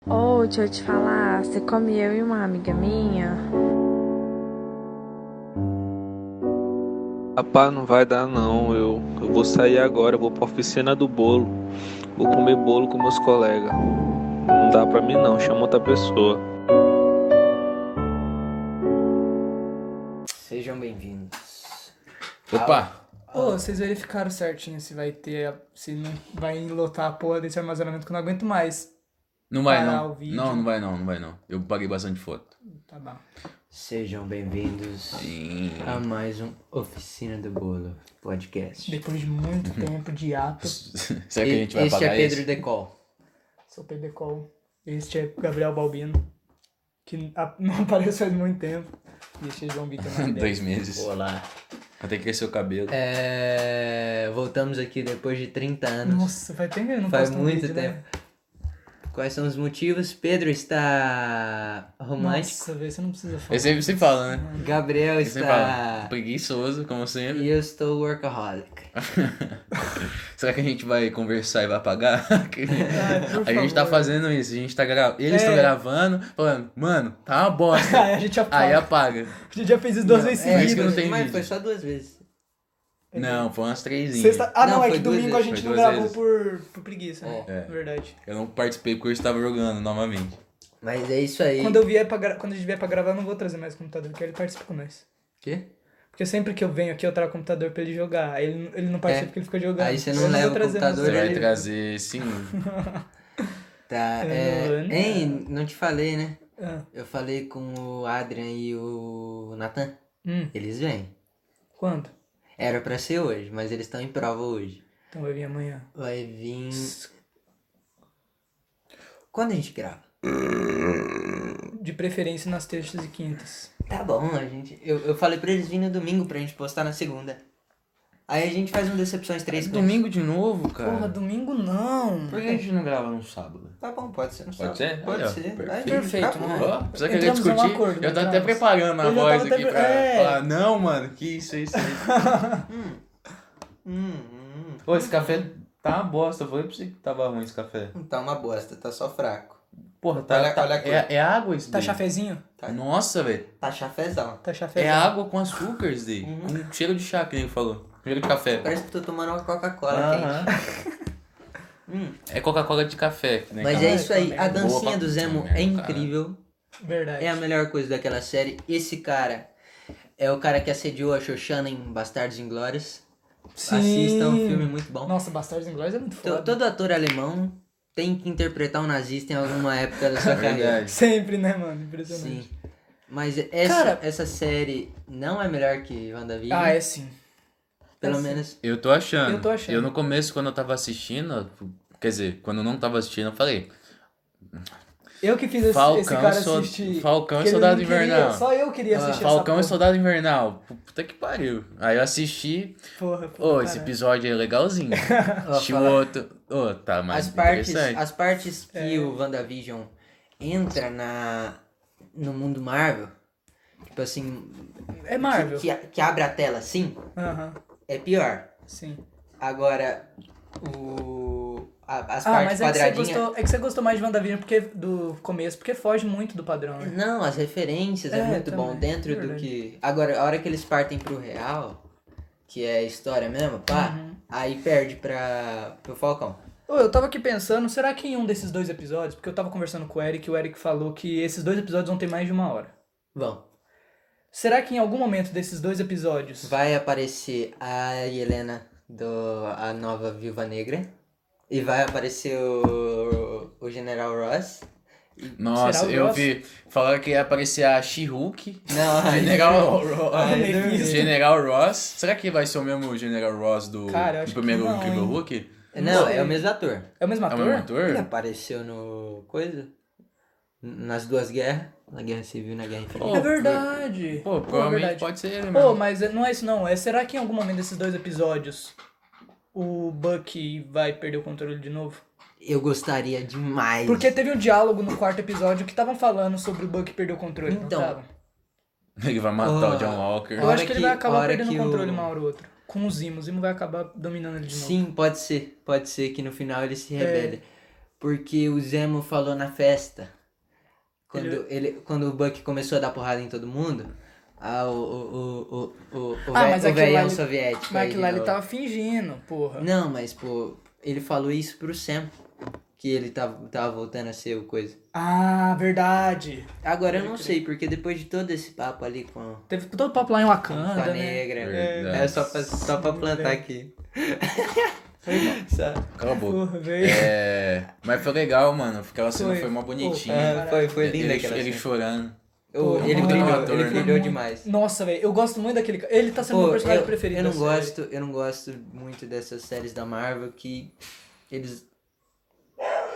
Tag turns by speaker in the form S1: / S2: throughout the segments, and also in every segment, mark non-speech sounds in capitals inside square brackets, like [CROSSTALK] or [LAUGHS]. S1: Pô, deixa eu te falar, você come eu e uma amiga minha?
S2: Rapaz, não vai dar não. Eu, eu vou sair agora, eu vou pra oficina do bolo. Vou comer bolo com meus colegas. Não dá pra mim não, chama outra pessoa.
S3: Sejam bem-vindos.
S4: Opa!
S5: Ô, vocês verificaram certinho se vai ter. a- Se não vai lotar a porra desse armazenamento que eu não aguento mais.
S4: Não vai
S5: Parar
S4: não.
S5: o vídeo.
S4: Não, não vai não, não vai não. Eu paguei bastante foto.
S5: Tá bom.
S3: Sejam bem-vindos
S4: Sim.
S3: a mais um Oficina do Bolo podcast.
S5: Depois de muito
S4: Uhum.
S5: tempo de ato,
S4: [LAUGHS] Será que a gente vai
S3: este
S4: pagar
S3: é Pedro
S4: isso?
S3: Decol.
S5: sou Pedro Col. Este é Gabriel Balbino, que a- [LAUGHS] não aparece faz muito tempo. E vocês vão
S4: [LAUGHS]
S5: vir ter uma ideia.
S4: Dois meses.
S3: Olá.
S4: Vai ter que crescer o cabelo.
S3: É, voltamos aqui depois de 30 anos.
S5: Nossa, faz tempo que eu não
S3: Faz
S5: posto um
S3: muito
S5: vídeo, né?
S3: tempo. Quais são os motivos? Pedro está romântico.
S5: Nossa, velho, você não precisa falar.
S4: Eu sempre, sempre falo, né?
S3: Gabriel
S4: Eu sempre falo.
S5: É.
S3: está.
S4: Preguiçoso, como sempre.
S3: E eu estou workaholic.
S4: Será que a gente vai conversar e vai
S5: [LAUGHS]
S4: pagar? [LAUGHS]
S5: Ah, por
S4: a gente tá
S5: favor.
S4: fazendo isso, a gente tá gravando. Eles
S5: É.
S4: estão gravando, falando, mano, tá uma
S5: Aí [LAUGHS] [LAUGHS] a
S4: bosta.
S5: gente apaga.
S4: Aí apaga.
S5: A gente já fez isso duas
S3: Não,
S5: vezes
S4: é,
S5: seguidas.
S4: isso que eu Ah, não tenho
S3: mas
S4: vídeo.
S3: foi só duas vezes.
S4: Não, foi umas três.
S5: Sexta... Ah,
S3: Não,
S5: não, é
S3: foi
S5: que
S3: duas
S5: domingo a
S3: vezes,
S4: foi
S5: gente não
S4: duas
S5: gravou
S4: vezes.
S5: por, por preguiça, né?
S4: É.
S5: Verdade.
S4: Eu não participei porque eu estava jogando novamente.
S3: Mas é isso aí.
S5: Quando eu vier pra gra- quando a gente vier pra gravar, eu não vou trazer mais o computador, porque ele participa com nós.
S3: Quê?
S5: Porque sempre que eu venho aqui, eu trago o computador pra ele jogar. Aí Ele, ele não participa
S3: É.
S5: porque ele fica jogando.
S3: Aí você
S5: Eu
S3: não
S5: vou
S3: leva o
S5: trazer
S3: computador,
S4: Você
S5: mais.
S4: vai
S3: Ele-
S4: trazer, sim.
S5: [LAUGHS]
S3: Tá,
S5: Eu
S3: é.
S5: não lembro.
S3: Hein, não te falei, né?
S5: Ah,
S3: Eu falei com o Adrian e o Nathan.
S5: hum,
S3: Eles vêm.
S5: quando?
S3: Era pra ser hoje, mas eles estão em prova hoje.
S5: Então vai vir amanhã.
S3: Vai vir. Quando a gente grava?
S5: De preferência nas terças e quintas.
S3: Tá bom, a gente. Eu, eu falei pra eles virem no domingo pra gente postar na segunda. Aí a gente faz um Decepções 3 com
S4: Domingo de novo, cara.
S5: Porra, domingo não. Tá
S4: Por que a gente não grava no sábado?
S3: Tá bom, pode ser. Não
S4: Pode ser?
S3: Pode
S4: Aí, ó,
S3: ser. tá
S4: perfeito.
S3: Aí,
S5: Perfeito,
S3: acabou.
S5: né?
S4: Ó, precisa que eu
S5: Entramos num
S4: discutir.
S5: acordo,
S4: eu tô até
S5: entramos.
S4: preparando a
S5: Eu já
S4: voz
S5: tava até
S4: aqui
S5: pre-
S4: pra
S5: é.
S4: falar, não, mano, que isso, isso, [LAUGHS] isso.
S3: Hum,
S4: Ô, esse café tá uma bosta. Eu falei pra você que tava ruim esse café.
S3: hum. Tá uma bosta, tá só fraco.
S4: Porra, tá.
S3: Olha-
S4: tá-
S3: olha a cor.
S4: é, é água isso
S5: Tá
S4: daí.
S5: chafezinho?
S3: Tá.
S4: Nossa, velho.
S3: Tá chafezão.
S5: Tá chafezinho.
S4: É água com açúcar isso daí. Com cheiro de chá, que ele falou. Cheiro de café.
S3: Parece que tô tomando uma Coca-Cola
S4: Aham.
S3: quente.
S4: [LAUGHS]
S3: Hum.
S4: É Coca-Cola de café. Né,
S3: Mas
S4: cara?
S3: é isso aí, a
S5: Boa
S3: dancinha
S4: pra-
S3: do Zemo
S4: Merda,
S3: é incrível.
S5: Verdade.
S3: É a melhor coisa daquela série. Esse cara é o cara que assediou a Xoxana em Bastardos Inglórios.
S5: Sim.
S3: Assistam, um filme muito bom.
S5: Nossa, Bastardos Inglórios é muito
S3: To-
S5: foda.
S3: Todo ator alemão tem que interpretar um nazista em alguma época da sua carreira.
S4: É Verdade.
S5: Sempre, né, mano? Impressionante.
S3: Sim. Mas essa,
S5: Cara-
S3: essa série não é melhor que WandaVision.
S5: Ah, é sim.
S3: Pelo
S5: sim.
S3: menos.
S4: Eu tô achando.
S5: Eu tô achando.
S4: Eu no começo, quando eu tava assistindo, quer dizer, quando eu não tava assistindo, eu falei,
S5: Eu que fiz esse, esse
S4: Falcão,
S5: cara
S4: sou-
S5: assistir.
S4: Falcão e
S5: porque ele
S4: Soldado
S5: não queria,
S4: Invernal.
S5: Só eu queria
S3: Ah,
S5: assistir
S4: Falcão é e
S5: essa
S4: Soldado Invernal. Puta que pariu. Aí eu assisti.
S5: porra. Porra,
S4: Ô, esse
S5: caralho.
S4: episódio é
S5: [LAUGHS]
S4: legalzinho. Assisti o
S3: fala-
S4: outro. Ô, tá mais
S3: As partes,
S4: interessante.
S3: as partes que
S5: É.
S3: o WandaVision entra na, no mundo Marvel, tipo assim,
S5: É Marvel.
S3: Que, que, que abre a tela assim,
S5: Aham,
S3: é pior.
S5: sim.
S3: Agora, o. a- as
S5: Ah,
S3: partes
S5: mas é que, você
S3: quadradinhas.
S5: gostou, é que você gostou mais de WandaVision porque, do começo, porque foge muito do padrão, né?
S3: Não, as referências é,
S5: É,
S3: muito bom
S5: também,
S3: dentro do
S5: verdade.
S3: que. Agora, a hora que eles partem pro real, que é história mesmo, pá,
S5: Uhum.
S3: aí perde pra, pro Falcão.
S5: Ô, eu tava aqui pensando, será que em um desses dois episódios, porque eu tava conversando com o Eric e o Eric falou que esses dois episódios vão ter mais de uma hora.
S3: Bom,
S5: Será que em algum momento desses dois episódios...
S3: vai aparecer a Helena do a nova Viúva Negra. E vai aparecer o, o General Ross.
S4: Nossa,
S5: Será o
S4: eu
S5: Ross?
S4: vi. Falaram que ia aparecer a She-Hulk. [LAUGHS]
S3: Não,
S4: General Ross.
S3: Ai,
S5: Deus.
S4: General Ross. Será que vai ser o mesmo General Ross do,
S5: Cara, eu
S4: do
S5: acho
S4: primeiro
S5: que não,
S4: Incrível
S5: hein.
S4: Hulk?
S3: Não, é
S5: sei.
S3: o mesmo ator.
S5: É o mesmo
S4: É o
S5: ator?
S4: mesmo ator?
S3: Ele apareceu no. coisa? N- Nas duas guerras. Na guerra civil e na guerra infinita.
S4: Oh,
S5: É verdade.
S4: Pô,
S5: é
S4: provavelmente
S5: verdade.
S4: pode ser ele
S5: Pô,
S4: mesmo.
S5: mas não é isso não. É, será que em algum momento desses dois episódios o Bucky vai perder o controle de novo?
S3: Eu gostaria demais.
S5: Porque teve um diálogo no quarto episódio que estavam falando sobre o Bucky perder o controle, não
S3: Então.
S5: tava?
S4: Ele vai matar
S3: Ah.
S4: o John Walker.
S5: Eu
S3: hora
S5: acho que, ele
S3: que-
S5: vai
S3: a
S5: acabar
S3: hora
S5: perdendo
S3: que
S5: o controle
S3: o-
S5: uma hora ou outra. Com o Zimo. O Zimo vai acabar dominando ele de novo. É.
S3: Sim, pode ser. Pode ser que no final ele se rebele. Porque o Zemo falou na festa Quando, ele, quando o Buck começou a dar porrada em todo mundo, ah, o, o, o, o, o, o,
S5: Ah,
S3: ve-
S5: mas
S3: o
S5: aquilo lá
S3: velhão
S5: ele-
S3: soviético.
S5: Mas
S3: aí
S5: aquilo lá
S3: de
S5: ele
S3: novo.
S5: tava fingindo, porra.
S3: Não, mas, pô, ele falou isso pro Sam. Que ele tava, tava voltando a ser o coisa.
S5: Ah, verdade.
S3: Agora eu não sei, porque depois de todo esse papo ali com
S5: Teve todo o papo lá em
S3: a
S5: Wakanda, né?
S3: negra.
S4: Verdade.
S3: É só pra, só pra plantar aqui. Só-
S4: Cala a boca.
S5: Porra, velho.
S4: É. Mas foi legal, mano. Porque ela cena
S5: Foi.
S4: foi mó bonitinha.
S3: É, foi, foi linda
S4: ele,
S3: aquela
S4: ele
S3: cena.
S4: chorando.
S3: Eu-
S5: Pô,
S3: É, Ele
S5: mano,
S3: brilhou,
S4: ator,
S3: ele
S4: né?
S3: brilhou demais.
S5: Nossa, velho, eu gosto muito daquele cara. Ele tá sendo
S3: Pô,
S5: meu personagem
S3: eu,
S5: preferido. assim.
S3: eu não
S5: da série.
S3: gosto, eu não gosto muito dessas séries da Marvel que eles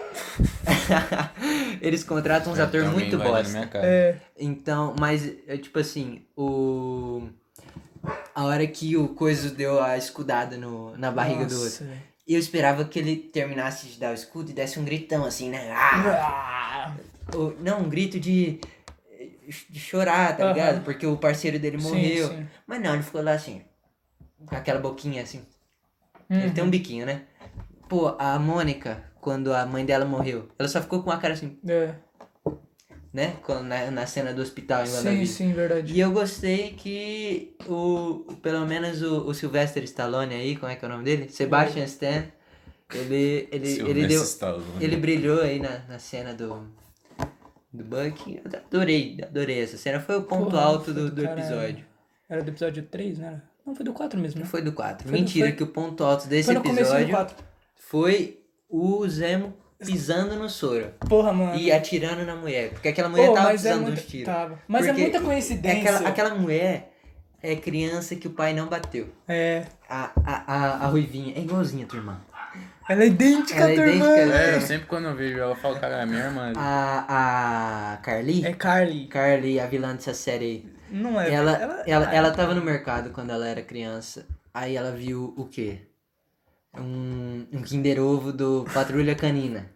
S3: [LAUGHS] eles contratam uns
S4: É,
S3: atores
S4: também
S3: muito
S4: vai na
S3: bosta.
S4: minha cara.
S5: É,
S3: Então, mas é tipo assim, o a hora que o Coiso deu a escudada no, na barriga do outro.
S5: nossa, velho.
S3: Eu esperava que ele terminasse de dar o escudo e desse um gritão assim, né? Ah!
S5: Ah,
S3: Ou- não, um grito de, de chorar, tá
S5: Aham.
S3: ligado? Porque o parceiro dele
S5: Sim,
S3: morreu.
S5: sim.
S3: Mas não, ele ficou lá assim, com aquela boquinha assim.
S5: Hum.
S3: Ele
S5: Uhum.
S3: tem um biquinho, né? Pô, a Mônica, quando a mãe dela morreu, ela só ficou com a cara assim,
S5: é.
S3: né? Quando, na, na cena do hospital em
S5: Sim,
S3: Wandavision.
S5: sim, verdade.
S3: E eu gostei que o. Pelo menos o, o Sylvester Stallone aí, como é que é o nome dele? Sebastian Stan. Ele. Ele,
S4: é
S3: ele deu. Ele brilhou aí na, na cena do. Do Buck. Eu adorei, adorei essa cena. Foi o ponto
S5: Porra,
S3: alto
S5: foi
S3: do,
S5: do
S3: do
S5: caralho.
S3: episódio.
S5: Era do episódio 3, né? Não, foi do 4 mesmo,
S3: Não
S5: né?
S3: foi do 4.
S5: Foi do-
S3: Mentira,
S5: foi-
S3: que o ponto alto desse
S5: Foi no começo do
S3: episódio
S5: 4.
S3: foi o Zemo pisando no soro
S5: Porra, mano.
S3: e atirando na mulher. Porque aquela mulher
S5: Pô,
S3: tava
S5: mas é
S3: precisando de
S5: muita-
S3: uns tiros.
S5: tava. Mas é
S3: Porque
S5: muita
S3: é
S5: coincidência.
S3: É aquela, aquela mulher é criança que o pai não bateu.
S5: É.
S3: A, a, a, a Ruivinha. É igualzinha, tua irmã.
S5: Ela é idêntica
S3: Ela
S5: à
S3: é
S5: tua
S3: idêntica.
S5: irmã.
S4: É, eu sempre quando eu vejo ela, eu falo, cara, é minha irmã.
S3: A, a Carly.
S5: É Carly.
S3: Carly, a vilã dessa série
S5: Não é.
S3: aí. Ela,
S5: ela-
S3: ela, ela, tava no mercado quando ela era criança. Aí ela viu o quê? Um, um Kinder Ovo do Patrulha Canina.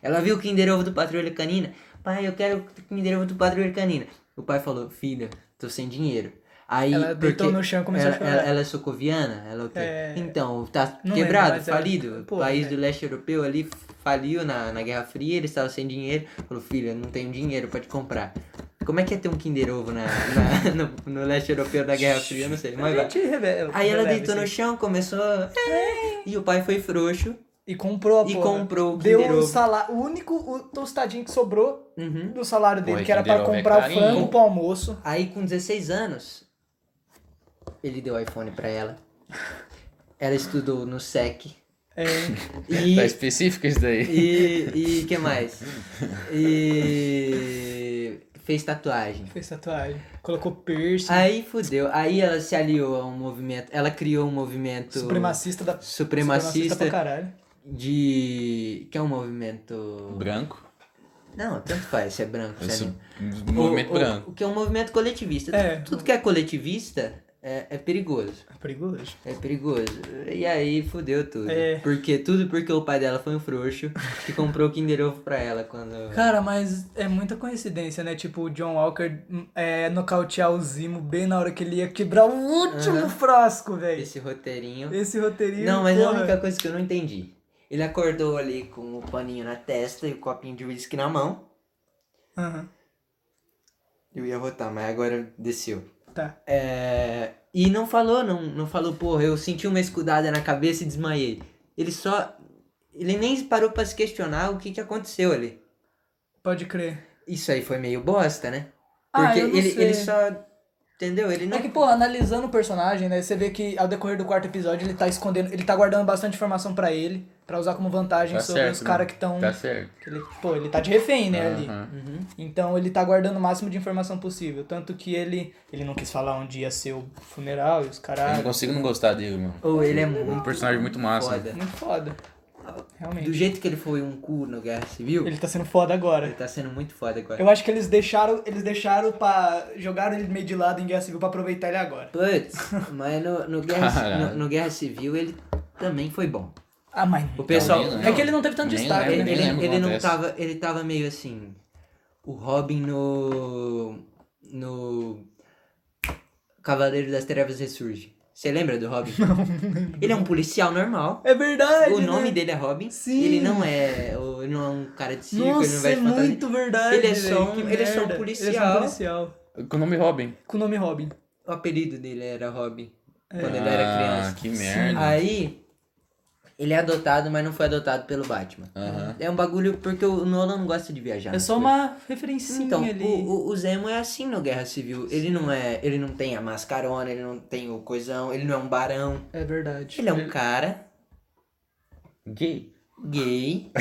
S3: Ela viu o Kinder Ovo do Patrulha Canina. Pai, eu quero o Kinder Ovo do Patrulha Canina. O pai falou, filha, tô sem dinheiro. Aí,
S5: Ela deitou
S3: porque
S5: no chão e começou a
S3: ela,
S5: chorar.
S3: ela, ela é socoviana? Ela é o quê?
S5: É.
S3: Então, tá
S5: Não
S3: quebrado,
S5: lembro, mas
S3: falido.
S5: ela-
S3: O
S5: Pô,
S3: país
S5: é.
S3: do leste europeu ali faliu na, na Guerra Fria, eles estavam sem dinheiro. Falou, filha, não tenho dinheiro pra te comprar. Como é que é ter um Kinder Ovo na, na- [LAUGHS] no, no leste europeu da Guerra Fria? Eu não sei, mas
S5: A
S3: vai.
S5: gente revela.
S3: Aí ela
S5: releva
S3: deitou
S5: isso
S3: no
S5: aí.
S3: chão, começou. a- E o pai foi frouxo.
S5: E comprou a
S3: E
S5: porra.
S3: comprou o Kinder
S5: Deu o
S3: Ovo.
S5: salário. O único o tostadinho que sobrou
S3: Uhum.
S5: do salário dele,
S4: Porra,
S5: que era
S4: Kinder
S5: pra
S4: Ovo é
S5: comprar o
S4: carinho.
S5: frango pro almoço.
S3: Aí com 16 anos, ele deu o iPhone pra ela. Ela estudou no SEC.
S5: É. [LAUGHS]
S3: E
S4: Tá específico isso daí?
S3: E e que mais? E fez tatuagem.
S5: Fez tatuagem. Colocou piercing.
S3: Aí fudeu. Aí ela se aliou a um movimento. Ela criou um movimento
S5: Supremacista da.
S3: supremacista
S5: pra caralho.
S3: de que é um movimento
S4: Branco?
S3: não tanto faz se é branco se é
S4: Isso,
S3: negro.
S4: um
S3: O-
S4: movimento
S3: o-
S4: branco.
S3: o que é um movimento coletivista
S5: É.
S3: tudo que é coletivista é, é perigoso
S5: É perigoso.
S3: é perigoso e aí fudeu tudo
S5: É.
S3: porque tudo porque o pai dela foi um frouxo que comprou o Kinder Ovo pra ela quando
S5: Cara, mas é muita coincidência, né? Tipo, o John Walker hum, é, nocautear o Zimo bem na hora que ele ia quebrar o último
S3: Aham.
S5: frasco, velho.
S3: esse roteirinho
S5: Esse roteirinho.
S3: Não, mas é a
S5: porra.
S3: única coisa que eu não entendi. Ele acordou ali com o paninho na testa e o copinho de uísque na mão.
S5: Aham,
S3: Eu ia rotar, mas agora desceu.
S5: Tá.
S3: É, E não falou, não, não falou, porra, eu senti uma escudada na cabeça e desmaiei. Ele só. Ele nem parou pra se questionar o que, que aconteceu ali.
S5: Pode crer.
S3: Isso aí foi meio bosta, né?
S5: Ah,
S3: Porque
S5: eu não
S3: ele,
S5: sei.
S3: ele só. Entendeu? Ele não.
S5: É que, pô, analisando o personagem, né? Você vê que ao decorrer do quarto episódio ele tá escondendo, ele tá guardando bastante informação pra ele, pra usar como vantagem
S4: Tá
S3: é
S5: sobre
S4: certo.
S5: os caras
S4: né?
S5: que estão.
S4: Tá certo.
S5: Ele, pô, ele tá de refém, né, ali.
S4: Aham.
S3: Uhum.
S5: Então ele tá guardando o máximo de informação possível. Tanto que ele. Ele não quis falar um dia seu funeral e os
S4: Eu
S5: caras.
S4: não consigo não gostar dele, mano.
S3: Ou ele é
S4: Um
S3: muito
S4: personagem muito massa.
S3: foda.
S5: Muito foda.
S3: Do
S5: Realmente.
S3: jeito que ele foi um cu no Guerra Civil,
S5: Ele tá sendo foda
S3: ele
S5: agora.
S3: tá sendo muito foda agora.
S5: Eu acho que eles deixaram. Eles deixaram pra. Jogaram ele meio de lado em Guerra Civil pra aproveitar ele agora.
S3: Putz,
S5: [LAUGHS]
S3: mas no, no, Guerra,
S4: Caralho.
S3: no, no Guerra Civil ele também foi bom.
S5: Ah, mas.
S3: O pessoal.
S4: nem lembro.
S5: É que ele não teve tanto
S4: Nem
S5: destaque,
S4: lembro,
S5: né?
S3: ele,
S4: nem lembro
S3: ele,
S4: o que
S3: não
S4: acontece.
S3: tava. Ele tava meio assim. O Robin no. no. Cavaleiro das Trevas ressurge. Você lembra do
S5: [LAUGHS]
S3: Robin? Ele é um policial normal.
S5: É verdade.
S3: O
S5: né?
S3: nome dele é Robin.
S5: Sim.
S3: Ele não é. o- Ele não é um cara de circo, ele não
S5: Nossa,
S3: vai
S5: é
S3: de fantasia.
S5: muito verdade.
S3: Ele é só
S5: velho,
S3: um-
S5: que
S3: ele é só um
S5: merda. Ele é só um
S3: policial.
S5: policial.
S4: Com o nome Robin.
S5: Com o nome Robin.
S3: O apelido dele era Robin.
S5: É.
S3: Quando ele era
S4: Ah,
S3: criança.
S4: que merda.
S3: Aí. Ele é adotado, mas não foi adotado pelo Batman.
S4: Aham.
S3: É um bagulho porque o Nolan não gosta de viajar.
S5: É só uma referencinha
S3: Então,
S5: ali.
S3: o, o, o Zemo é assim no Guerra Civil. Ele não é. Ele não tem a mascarona, ele não tem o coisão, ele não é um barão.
S5: É verdade.
S3: Ele é um cara
S4: Gay. [LAUGHS]
S3: gay,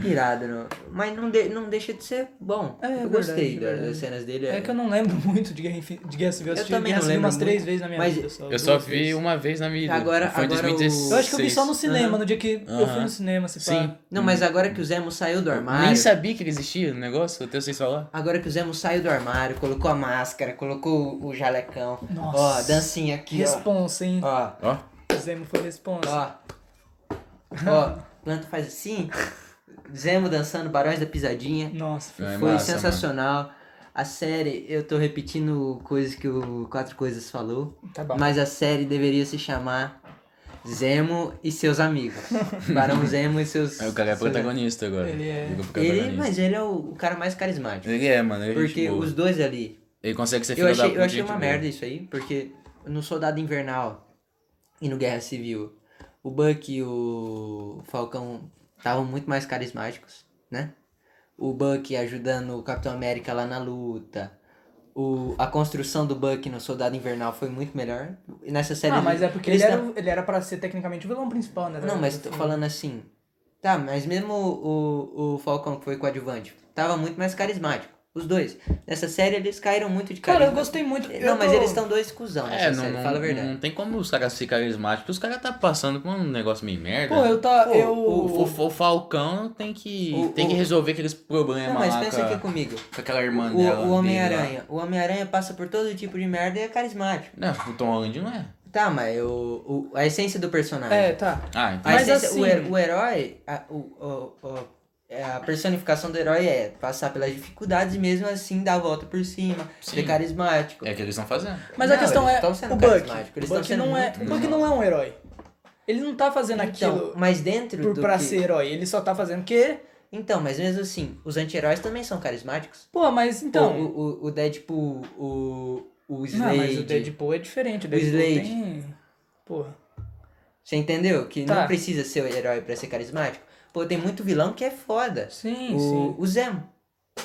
S3: pirado, não. mas não, de- não deixa de ser bom.
S5: É, é
S3: eu gostei
S5: verdade,
S3: da-
S5: é verdade.
S3: das cenas dele.
S5: É que eu não lembro [LAUGHS] muito de Guerra, Infi- de Guerra Civil.
S3: Eu
S5: assisti
S3: também
S5: Guerra
S3: não
S5: Civil
S3: lembro
S5: umas três
S3: muito,
S5: vezes na minha
S3: mas
S5: vida. Só,
S4: Eu só
S5: duas
S4: vi um
S5: vezes.
S4: uma vez na minha vida.
S3: Agora-
S4: Foi em
S3: agora o-
S4: 2016.
S5: Eu acho que eu vi só no cinema,
S3: Aham.
S5: no dia que eu fui
S4: Aham.
S5: no cinema, se
S4: Sim.
S5: pá.
S3: Não, mas agora que o Zemo saiu do armário.
S4: Nem sabia que ele existia o negócio, até vocês falar.
S3: Agora que o Zemo saiu do armário, colocou a máscara, colocou o jalecão. Ó,
S5: Nossa.
S3: dancinha aqui, ó.
S5: Responsa, hein?
S3: Ó,
S4: Ó.
S5: Zemo foi responsa.
S3: ó. Ó, planta faz assim. Zemo dançando, Barões da Pisadinha.
S5: Nossa, foi-
S4: É
S3: Foi
S4: massa,
S3: sensacional. A série, eu tô repetindo coisas que o Quatro Coisas falou.
S5: tá bom.
S3: Mas a série deveria se chamar Zemo e seus
S4: [LAUGHS]
S3: amigos. Barão Zemo e seus.
S4: Aí o cara é protagonista agora.
S5: Ele é.
S4: Ficou protagonista.
S3: Ele, mas ele é o, o cara mais carismático.
S4: Ele é, mano. Ele, é gente
S3: Porque
S4: boa.
S3: os dois ali,
S4: ele consegue ser
S3: Eu
S4: filho da
S3: achei,
S4: puta.
S3: eu achei
S4: gente né?
S3: uma
S4: boa.
S3: merda isso aí, porque no Soldado Invernal e no Guerra Civil, o Buck e o Falcão estavam muito mais carismáticos, né? O Buck ajudando o Capitão América lá na luta. O, a construção do Buck no Soldado Invernal foi muito melhor. E nessa série.
S5: Ah, mas é porque ele
S3: eles
S5: era, o- ele era pra ser tecnicamente o vilão principal, né?
S3: não, mas tô falando assim. Tá, mas mesmo o, o, o Falcão, que foi coadjuvante, tava muito mais carismático. Os dois. Nessa série eles caíram muito de
S5: Cara,
S3: carisma.
S5: eu gostei muito.
S3: Não,
S5: eu
S3: mas
S5: tô-
S3: eles estão dois cuzão nessa
S4: É, não,
S3: série,
S4: não,
S3: fala a verdade.
S4: não tem como os caras ficarem carismáticos, porque os caras tá passando por um negócio meio merda.
S5: Pô, eu tá.
S3: Pô,
S5: eu...
S4: o, o- o Falcão tem que,
S3: O-
S4: tem que
S3: o-
S4: resolver aqueles
S3: Não,
S4: problemas
S3: mas
S4: lá
S3: pensa
S4: com, a-
S3: aqui comigo.
S4: com aquela irmã
S3: O,
S4: dela.
S3: o
S4: dele
S3: Homem-Aranha. O Homem-Aranha passa por todo tipo de merda e é carismático.
S4: lá. Não, o Tom Holland não é.
S3: Tá, mas o, o- a essência do personagem.
S5: É, tá.
S4: Ah, então.
S3: A
S5: Mas
S3: essência,
S5: assim-
S3: o, her- o herói, a, o, o- o- é, a personificação do herói é passar pelas dificuldades e mesmo assim dar a volta por cima, ser
S4: Sim.
S3: carismático.
S4: É o que eles estão fazendo.
S5: Mas a
S3: Não,
S5: questão
S3: eles
S5: é.
S3: tão sendo
S5: O
S3: carismáticos,
S5: Buck. O
S3: eles tão
S5: Buck
S3: sendo
S5: não é.
S3: muito
S5: O Buck não é um herói. Ele não tá fazendo
S3: Então,
S5: aquilo
S3: mas dentro
S5: por,
S3: do
S5: pra
S3: que-
S5: ser herói. Ele só tá fazendo o quê?
S3: Então, mas mesmo assim, os anti-heróis também são carismáticos.
S5: Pô, mas então.
S3: o, o, o Deadpool, o, o Slade...
S5: Não, mas o Deadpool é diferente. O Deadpool
S3: Slade.
S5: tem... Porra.
S3: Você entendeu? Que
S5: Tá.
S3: não precisa ser o herói pra ser carismático. Pô, tem muito vilão que é foda.
S5: Sim,
S3: O,
S5: sim.
S3: o Zemo.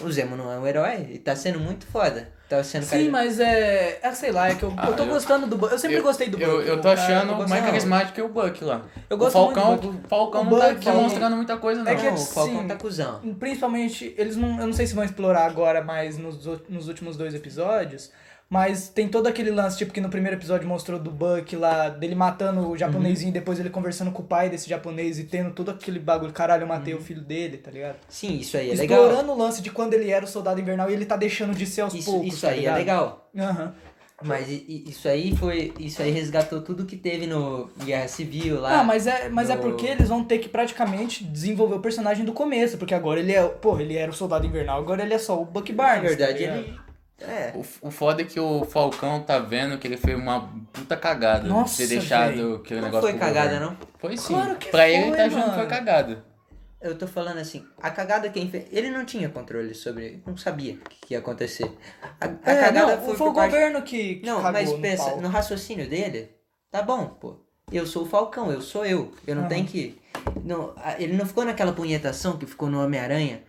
S3: O Zemo não é um herói e tá sendo muito foda. Tá sendo
S5: Sim, mas é... é... Sei lá, é que eu,
S4: Ah,
S5: eu tô
S4: eu-
S5: gostando do Buck. Eu sempre
S4: eu-
S5: gostei do Buck.
S4: Eu, eu tô
S5: Ah,
S4: achando
S5: eu gosto-
S4: mais
S3: não.
S4: carismático que o Buck lá.
S5: Eu
S4: o
S5: gosto
S4: Falcão,
S5: muito do Buck.
S4: o Falcão
S5: O
S4: não tá
S5: Buck-
S4: demonstrando muita coisa, não.
S5: É
S3: É
S5: que-
S3: o Falcão
S5: sim.
S3: tá cuzão.
S5: Principalmente, eles não... Eu não sei se vão explorar agora, mas nos, ú- nos últimos dois episódios... Mas tem todo aquele lance, tipo, que no primeiro episódio mostrou do Buck lá, dele matando o japonesinho, e
S4: Uhum.
S5: depois ele conversando com o pai desse japonês e tendo todo aquele bagulho, caralho, eu matei
S4: Uhum.
S5: o filho dele, tá ligado?
S3: Sim, isso aí é
S5: Explorando
S3: legal.
S5: o lance de quando ele era o soldado invernal e ele tá deixando de ser aos
S3: Isso,
S5: poucos,
S3: isso
S5: tá
S3: aí é
S5: ligado?
S3: legal.
S5: Aham.
S3: Mas i- i- isso aí foi. Isso aí resgatou tudo que teve no Guerra Civil lá.
S5: Ah, mas é, mas é
S3: no-
S5: porque eles vão ter que praticamente desenvolver o personagem do começo, porque agora ele é, porra, ele era o soldado invernal, agora ele é só o Buck
S3: na
S5: Barnes. tá
S3: verdade
S5: ligado?
S3: ele. É.
S4: O, o foda é que o Falcão tá vendo que ele foi uma puta cagada
S5: Nossa,
S4: de ter deixado
S5: velho.
S4: aquele
S3: Não
S4: negócio.
S3: foi
S4: pro
S3: cagada,
S4: governo.
S3: não.
S4: Foi sim.
S5: Claro que
S4: pra ele ele
S5: foi,
S4: tá achando que
S5: mano.
S4: foi cagada.
S3: Eu tô falando assim, a cagada quem fez. Ele não tinha controle sobre. Não sabia o que ia acontecer. A, a
S5: É,
S3: cagada
S5: não,
S3: foi,
S5: foi,
S3: por
S5: o
S3: parte-
S5: governo que, que
S3: Não,
S5: cagou
S3: mas
S5: no
S3: pensa,
S5: pau.
S3: no, raciocínio dele, tá bom, pô. Eu sou o Falcão, eu sou eu. Eu não
S5: Aham.
S3: tenho que. Não, a- ele não ficou naquela punhetação que ficou no Homem-Aranha.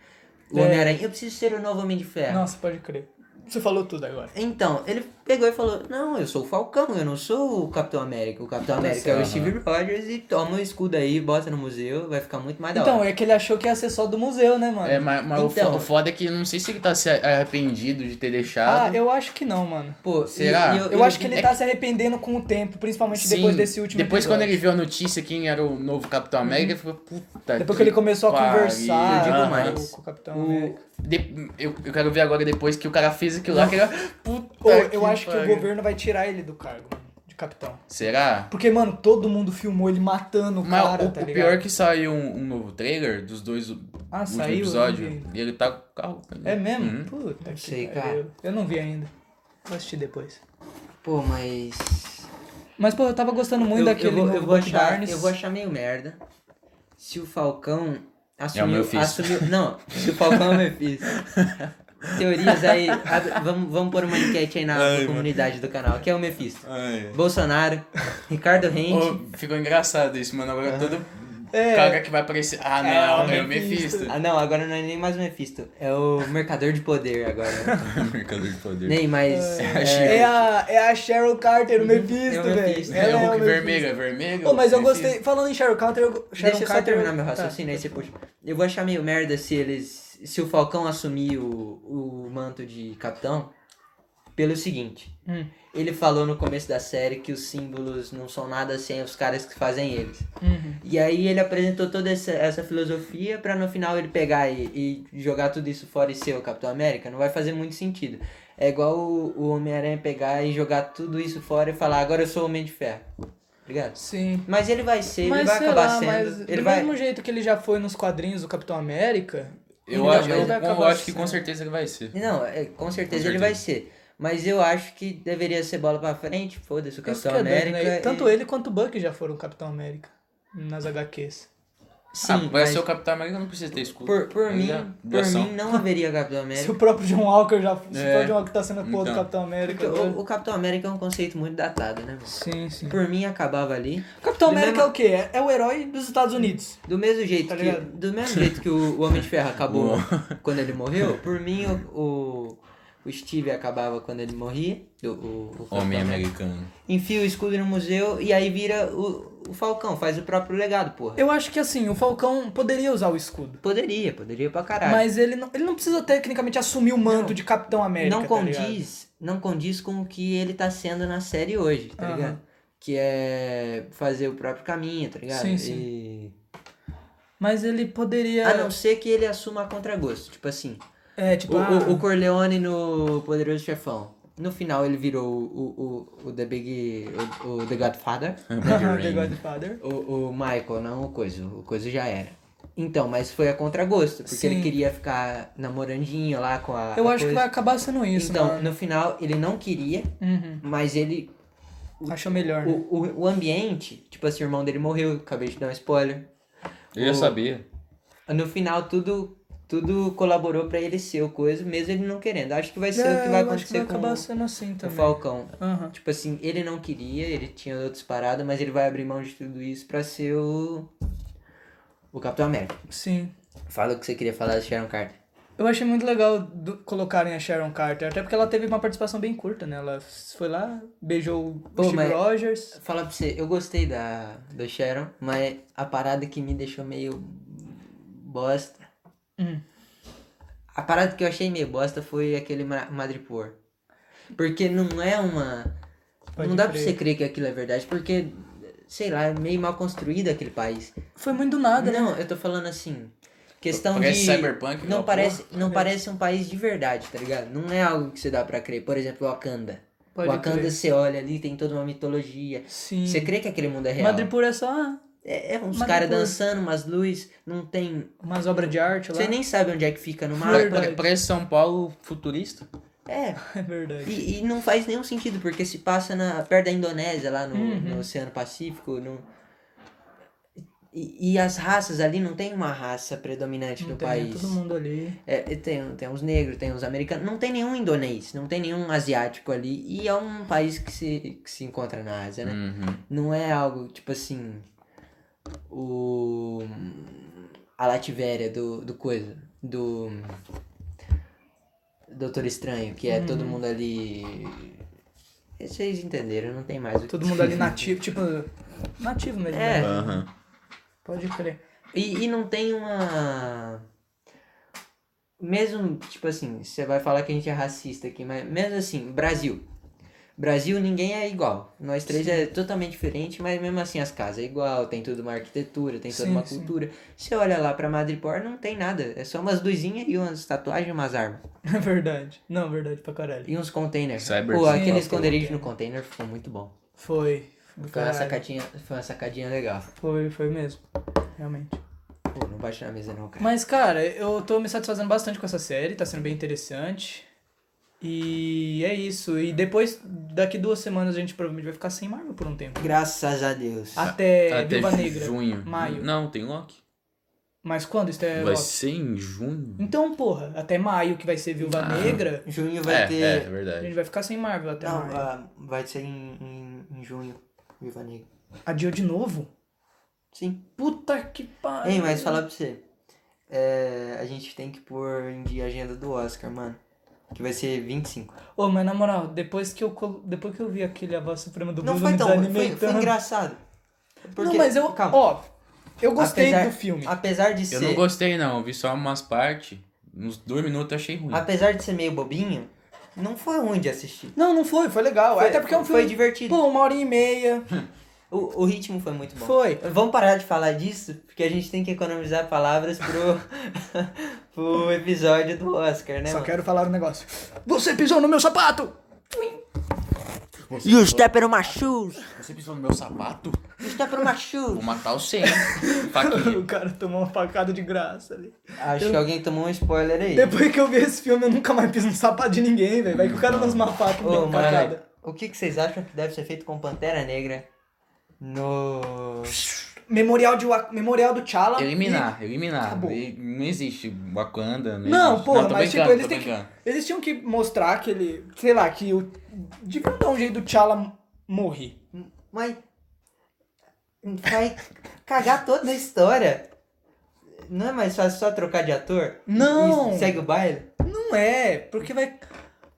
S3: O
S5: É.
S3: Homem-Aranha, eu preciso ser o novo Homem de Ferro.
S5: Nossa, pode crer. Você falou tudo agora.
S3: Então, ele pegou e falou: Não, eu sou o Falcão, eu não sou o Capitão América. O
S5: Tá
S3: Capitão América é o
S4: certo.
S3: Steve
S5: né?
S3: Rogers e toma o escudo aí, bota no museu, vai ficar muito mais Ah, da
S5: Então,
S3: hora.
S5: é que ele achou que ia ser só do museu, né, mano?
S4: É, mas, mas o fo-
S3: Então.
S4: o foda é que não sei se ele tá se arrependido de ter
S5: Ah,
S4: deixado.
S5: eu acho que não, mano.
S3: Pô,
S4: será?
S3: e- e
S5: Eu,
S3: e
S5: acho que
S3: vi- É
S5: ele tá se arrependendo com o tempo, principalmente depois desse último
S4: Depois
S5: episódio.
S4: quando ele viu a notícia quem era o novo Capitão América, ele falou, puta.
S5: Depois que ele começou a
S4: pariu.
S5: conversar
S3: eu digo
S5: com o-
S3: mais.
S5: com o Capitão América.
S3: O,
S4: De- eu, eu quero ver agora depois que o cara fez aquilo lá, que ele. Puta.
S5: Ou eu acho que o
S4: pariu.
S5: governo vai tirar ele do cargo de capitão.
S4: Será?
S5: Porque, mano, todo mundo filmou ele matando o
S4: Mas
S5: cara,
S4: o,
S5: tá
S4: o
S5: ligado?
S4: pior é que saiu um, um novo trailer dos dois
S5: Ah,
S4: últimos
S5: saiu? Eu não vi
S4: episódios.
S5: ainda.
S4: E ele tá com o carro.
S5: É mesmo?
S4: Uhum.
S5: Puta que
S3: sei,
S5: pariu. Eu não vi ainda. Vou assistir depois.
S3: pô, mas.
S5: Mas, pô, eu tava gostando muito
S3: eu,
S5: Um daquele
S3: eu vou,
S5: novo
S3: eu vou
S5: Buck
S3: achar,
S5: Barnes.
S3: eu vou achar meio merda se o Falcão assumiu,
S4: É meu Mephisto.
S3: assumiu não, se o Falcão é o
S4: [LAUGHS]
S3: Mephisto. Teorias aí, abre- vamos, vamos pôr uma enquete aí na
S4: Ai, mano.
S3: comunidade do canal, que é o Mephisto.
S4: Ai.
S3: Bolsonaro, [LAUGHS] Ricardo Rente.
S4: Ô, ficou engraçado isso, mano. Agora todo
S5: É.
S4: cara que vai aparecer. Ah, não,
S5: É,
S4: é
S5: o
S4: o Mephisto.
S3: Ah, não, agora não é nem mais o Mephisto, é o Mercador de Poder
S4: [LAUGHS]
S3: agora.
S4: Mercador de poder.
S3: nem mais.
S5: É a, é a Cheryl Carter, o
S3: É
S5: Mephisto,
S3: o
S5: velho.
S3: Mephisto.
S5: Ela
S4: É o Hulk
S5: Mephisto.
S4: vermelho, é vermelho?
S5: Pô, mas eu
S4: Mephisto.
S5: gostei. Falando em Cheryl Carter, eu... Cheryl
S3: Deixa eu só
S5: Carter-
S3: terminar meu
S5: Tá.
S3: raciocínio, aí você puxa. Eu vou achar meio merda se eles. Se o Falcão assumir o, o manto de capitão. Pelo seguinte.
S5: Hum.
S3: Ele falou no começo da série que os símbolos não são nada sem os caras que fazem eles.
S5: Uhum.
S3: E aí ele apresentou toda essa, essa filosofia pra no final ele pegar e, e jogar tudo isso fora e ser o Capitão América. Não vai fazer muito sentido. É igual o, o Homem-Aranha pegar e jogar tudo isso fora e falar, agora eu sou o Homem de Ferro. Obrigado.
S5: Sim.
S3: Mas ele vai ser, ele
S5: Mas
S3: vai
S5: sei
S3: acabar
S5: lá,
S3: sendo.
S5: mas
S3: ele
S5: do
S3: vai...
S5: mesmo jeito que ele já foi nos quadrinhos do Capitão América.
S4: Eu,
S3: Não,
S4: acho,
S3: mas
S4: eu,
S5: ele vai
S4: eu
S5: acabar
S4: acho que
S5: sendo.
S4: com certeza ele vai ser.
S3: Não, é, com certeza
S4: Com
S3: ele
S4: certeza.
S3: vai ser. Mas eu acho que deveria ser bola pra frente, foda-se o
S5: Isso
S3: Capitão
S5: que é doido,
S3: América.
S5: né?
S3: e-
S5: Tanto ele quanto o Buck já foram Capitão América nas HQs.
S3: Sim,
S4: ah, vai
S3: mas
S4: ser o Capitão América, não precisa ter escudo.
S3: por, por
S4: Ele
S3: mim,
S4: já- um
S3: por
S4: doação.
S3: mim não haveria Capitão
S5: Se
S3: América.
S5: o próprio John Walker já. Se o
S4: É.
S5: próprio John Walker tá sendo a porra do
S4: Então.
S5: Capitão América.
S3: Porque o,
S5: agora.
S3: o Capitão América é um conceito muito datado, né, mano?
S5: Sim, sim.
S3: Por mim acabava ali.
S5: Capitão
S3: Do
S5: América
S3: mesmo-
S5: é o quê? É- É o herói dos Estados Unidos.
S3: Do mesmo jeito
S5: Tá
S3: que.
S5: ligado?
S3: Do mesmo jeito que o, o Homem de
S4: [LAUGHS]
S3: Ferro acabou
S4: Uou.
S3: quando ele morreu, por mim o,
S4: [LAUGHS]
S3: o, o Steve acabava quando ele morria. O, o- o Capitão
S4: Homem
S3: América.
S4: americano.
S3: Enfia o escudo no museu e aí vira o, o Falcão, faz o próprio legado, porra.
S5: Eu acho que assim, o Falcão poderia usar o escudo.
S3: Poderia, poderia pra caralho.
S5: Mas ele não, ele não precisa tecnicamente assumir o manto
S3: É. Não.
S5: de Capitão América.
S3: não
S5: tá ligado?
S3: condiz, não condiz com o que ele tá sendo na série hoje, tá
S5: Aham.
S3: ligado? Que é fazer o próprio caminho, tá ligado?
S5: Sim, sim. É.
S3: E-
S5: Mas ele poderia.
S3: A Ah, não ser que ele assuma a contragosto. Tipo assim,
S5: É, tipo.
S3: o,
S5: ah,
S3: o- o Corleone no Poderoso Chefão. No final ele virou o, o, o, o The Big. O, o The Godfather.
S5: ah, [LAUGHS] The Godfather.
S3: O, o Michael, não o Coisa. O Coisa já era. Então, mas foi a contragosto, porque
S5: Sim.
S3: ele queria ficar namorandinho lá com a.
S5: Eu
S3: a
S5: acho que
S3: coisa.
S5: vai acabar sendo isso,
S3: Ah, Então,
S5: mano.
S3: no final ele não queria,
S5: Uhum.
S3: mas ele
S5: Acho melhor. né?
S3: O, o, o ambiente, tipo assim, o irmão dele morreu, acabei de dar um spoiler.
S4: Eu já sabia.
S3: No final, tudo, tudo colaborou pra ele ser o coisa, mesmo ele não querendo. Acho que vai ser é o que vai
S5: É, eu acho que vai
S3: acontecer
S5: acabar
S3: com
S5: sendo assim
S3: o
S5: também.
S3: Falcão.
S5: Aham.
S3: Tipo assim, ele não queria, ele tinha outras paradas, mas ele vai abrir mão de tudo isso pra ser o. O Capitão América.
S5: Sim.
S3: Fala o que você queria falar do Sharon Carter.
S5: Eu achei muito legal do- colocarem a Sharon Carter, até porque ela teve uma participação bem curta, né? Ela foi lá, beijou o
S3: Pô,
S5: Steve
S3: mas-
S5: Rogers.
S3: Falar pra você, eu gostei da, do Sharon, mas a parada que me deixou meio bosta.
S5: Hum.
S3: A parada que eu achei meio bosta foi aquele ma- Madripoor. Porque não é uma.
S5: Pode
S3: não dá
S5: crer.
S3: pra você crer que aquilo é verdade, porque, sei lá, é meio mal construído aquele país.
S5: Foi muito do nada, né?
S3: Não, eu tô falando assim. Questão
S4: Parece
S3: de.
S4: cyberpunk, aquela
S3: Não
S4: porra.
S3: parece, não parece um país de verdade, tá ligado? Não é algo que você dá pra crer. Por exemplo, Wakanda.
S5: Pode
S3: Wakanda
S5: crer.
S3: você olha ali, tem toda uma mitologia.
S5: Sim.
S3: Você crê que aquele mundo é real?
S5: Madripoor é só ah,
S3: É, é uns
S5: Madripoor.
S3: caras dançando, umas luzes, não tem.
S5: umas obras de arte lá.
S3: Você nem sabe onde é que fica no
S4: Pare-
S3: mapa.
S5: Verdade.
S4: pare- Parece São Paulo futurista.
S3: É,
S5: [LAUGHS] É verdade.
S3: e, e não faz nenhum sentido, porque se passa na, perto da Indonésia, lá no,
S5: Uhum.
S3: no Oceano Pacífico. No... E, e as raças ali não tem uma raça predominante
S5: Não
S3: no
S5: tem, é
S3: país.
S5: Todo mundo ali.
S3: É, e tem, tem uns negros, tem uns americanos, não tem nenhum indonês, não tem nenhum asiático ali. E é um país que se, que se encontra na Ásia, né?
S4: Uhum.
S3: Não é algo tipo assim. O. A Lativéria do, do coisa. Do. Doutor Estranho, que é
S5: Uhum.
S3: todo mundo ali. Vocês entenderam, não tem mais o que
S5: Todo mundo
S3: [LAUGHS]
S5: ali nativo, tipo. Nativo mesmo.
S3: É.
S5: né?
S4: Aham.
S5: Pode crer. [LAUGHS]
S3: E, e não tem uma. Mesmo, tipo assim, você vai falar que a gente é racista aqui, mas mesmo assim, Brasil. Brasil ninguém é igual. Nós três é totalmente diferente, mas mesmo assim as casas é igual, tem toda uma arquitetura, tem toda
S5: Sim,
S3: uma
S5: sim.
S3: cultura. Você olha lá pra Madripoor, não tem nada. É só umas luzinhas e umas tatuagens e umas armas.
S5: É verdade. Não, verdade pra caralho.
S3: E um uns containers.
S4: Cyber-
S3: Pô,
S4: Sim,
S3: aquele
S5: tá,
S3: esconderijo
S5: pô.
S3: no container ficou muito bom.
S5: Foi. Do
S3: Foi uma
S5: caralho.
S3: sacadinha, foi uma sacadinha legal.
S5: Foi, foi mesmo. Realmente.
S3: Pô, não baixa na mesa não, cara.
S5: Mas, cara, eu tô me satisfazendo bastante com essa série, tá sendo bem interessante. E é isso. E depois, daqui duas semanas, a gente provavelmente vai ficar sem Marvel por um tempo.
S3: Graças a Deus.
S5: Até,
S4: Até
S5: Viúva É, Negra.
S4: Tá, junho.
S5: Maio.
S4: Não, tem Loki.
S5: Mas quando isso é
S4: Vai
S5: Loki?
S4: ser em junho?
S5: Então, porra, até maio que vai ser Viúva
S4: Ah.
S5: Negra,
S3: Junho vai
S4: é,
S3: ter.
S4: é, é
S5: a gente
S4: verdade.
S5: vai ficar sem Marvel até
S3: Não,
S5: maio.
S3: ah, vai ser em, em, em junho, Viva Negra.
S5: Adiou de novo?
S3: Sim.
S5: Puta que pariu.
S3: Ei, mas falar pra você. é, a gente tem que pôr em dia a agenda do Oscar, mano. Que vai ser 25.
S5: Ô, mas na moral, depois que eu, col- depois que eu vi aquele A Voz Suprema do
S3: Não
S5: Bruno
S3: foi
S5: me
S3: tão. Foi,
S5: desanimentando...
S3: foi engraçado. Porque-
S5: Não, mas eu...
S3: Calma.
S5: Ó, eu gostei
S3: Apesar-
S5: do filme.
S3: Apesar de
S4: Eu
S3: ser.
S4: não gostei, não. Eu vi só umas partes. Uns dois minutos eu achei ruim.
S3: Apesar de ser meio bobinho, não foi ruim de assistir.
S5: Não, não foi, foi legal.
S3: Foi-
S5: até porque é um
S3: foi
S5: filme...
S3: divertido.
S5: Pô, uma hora e meia.
S3: O, o ritmo foi muito bom.
S5: Foi.
S3: Vamos parar de falar disso, porque a gente tem que economizar palavras pro, [LAUGHS] pro episódio do Oscar, né?
S5: Só
S3: mano?
S5: quero falar um negócio. Você pisou no meu sapato!
S3: You step in my shoes!
S4: Você pisou no Tá meu sapato?
S3: You step in my shoes!
S4: Vou matar o sem. Faquinha.
S5: [LAUGHS] o cara tomou uma facada de graça ali.
S3: Acho que alguém tomou um spoiler aí.
S5: Depois que eu vi esse filme, eu nunca mais piso no sapato de ninguém, velho. Vai que o cara lança uma faca e me dá
S3: Ô,
S5: uma
S3: mano,
S5: facada.
S3: o que, que vocês acham que deve ser feito com Pantera Negra no.
S5: Memorial, de, Wa- Memorial do T'Challa. Tá
S4: Eliminar, eliminar.
S5: Acabou.
S4: E Não existe Wakanda. Não,
S5: Não,
S4: existe.
S5: porra,
S4: tô
S5: mas tipo,
S4: brincando,
S5: eles,
S4: tô
S5: têm que-
S4: brincando.
S5: eles tinham que mostrar que ele. Sei lá, que o. Deviam dar um jeito do T'Challa morrer.
S3: Mas. Vai cagar toda a história. Não é mais fácil só trocar de ator?
S5: Não.
S3: E segue o baile?
S5: Não é, porque vai.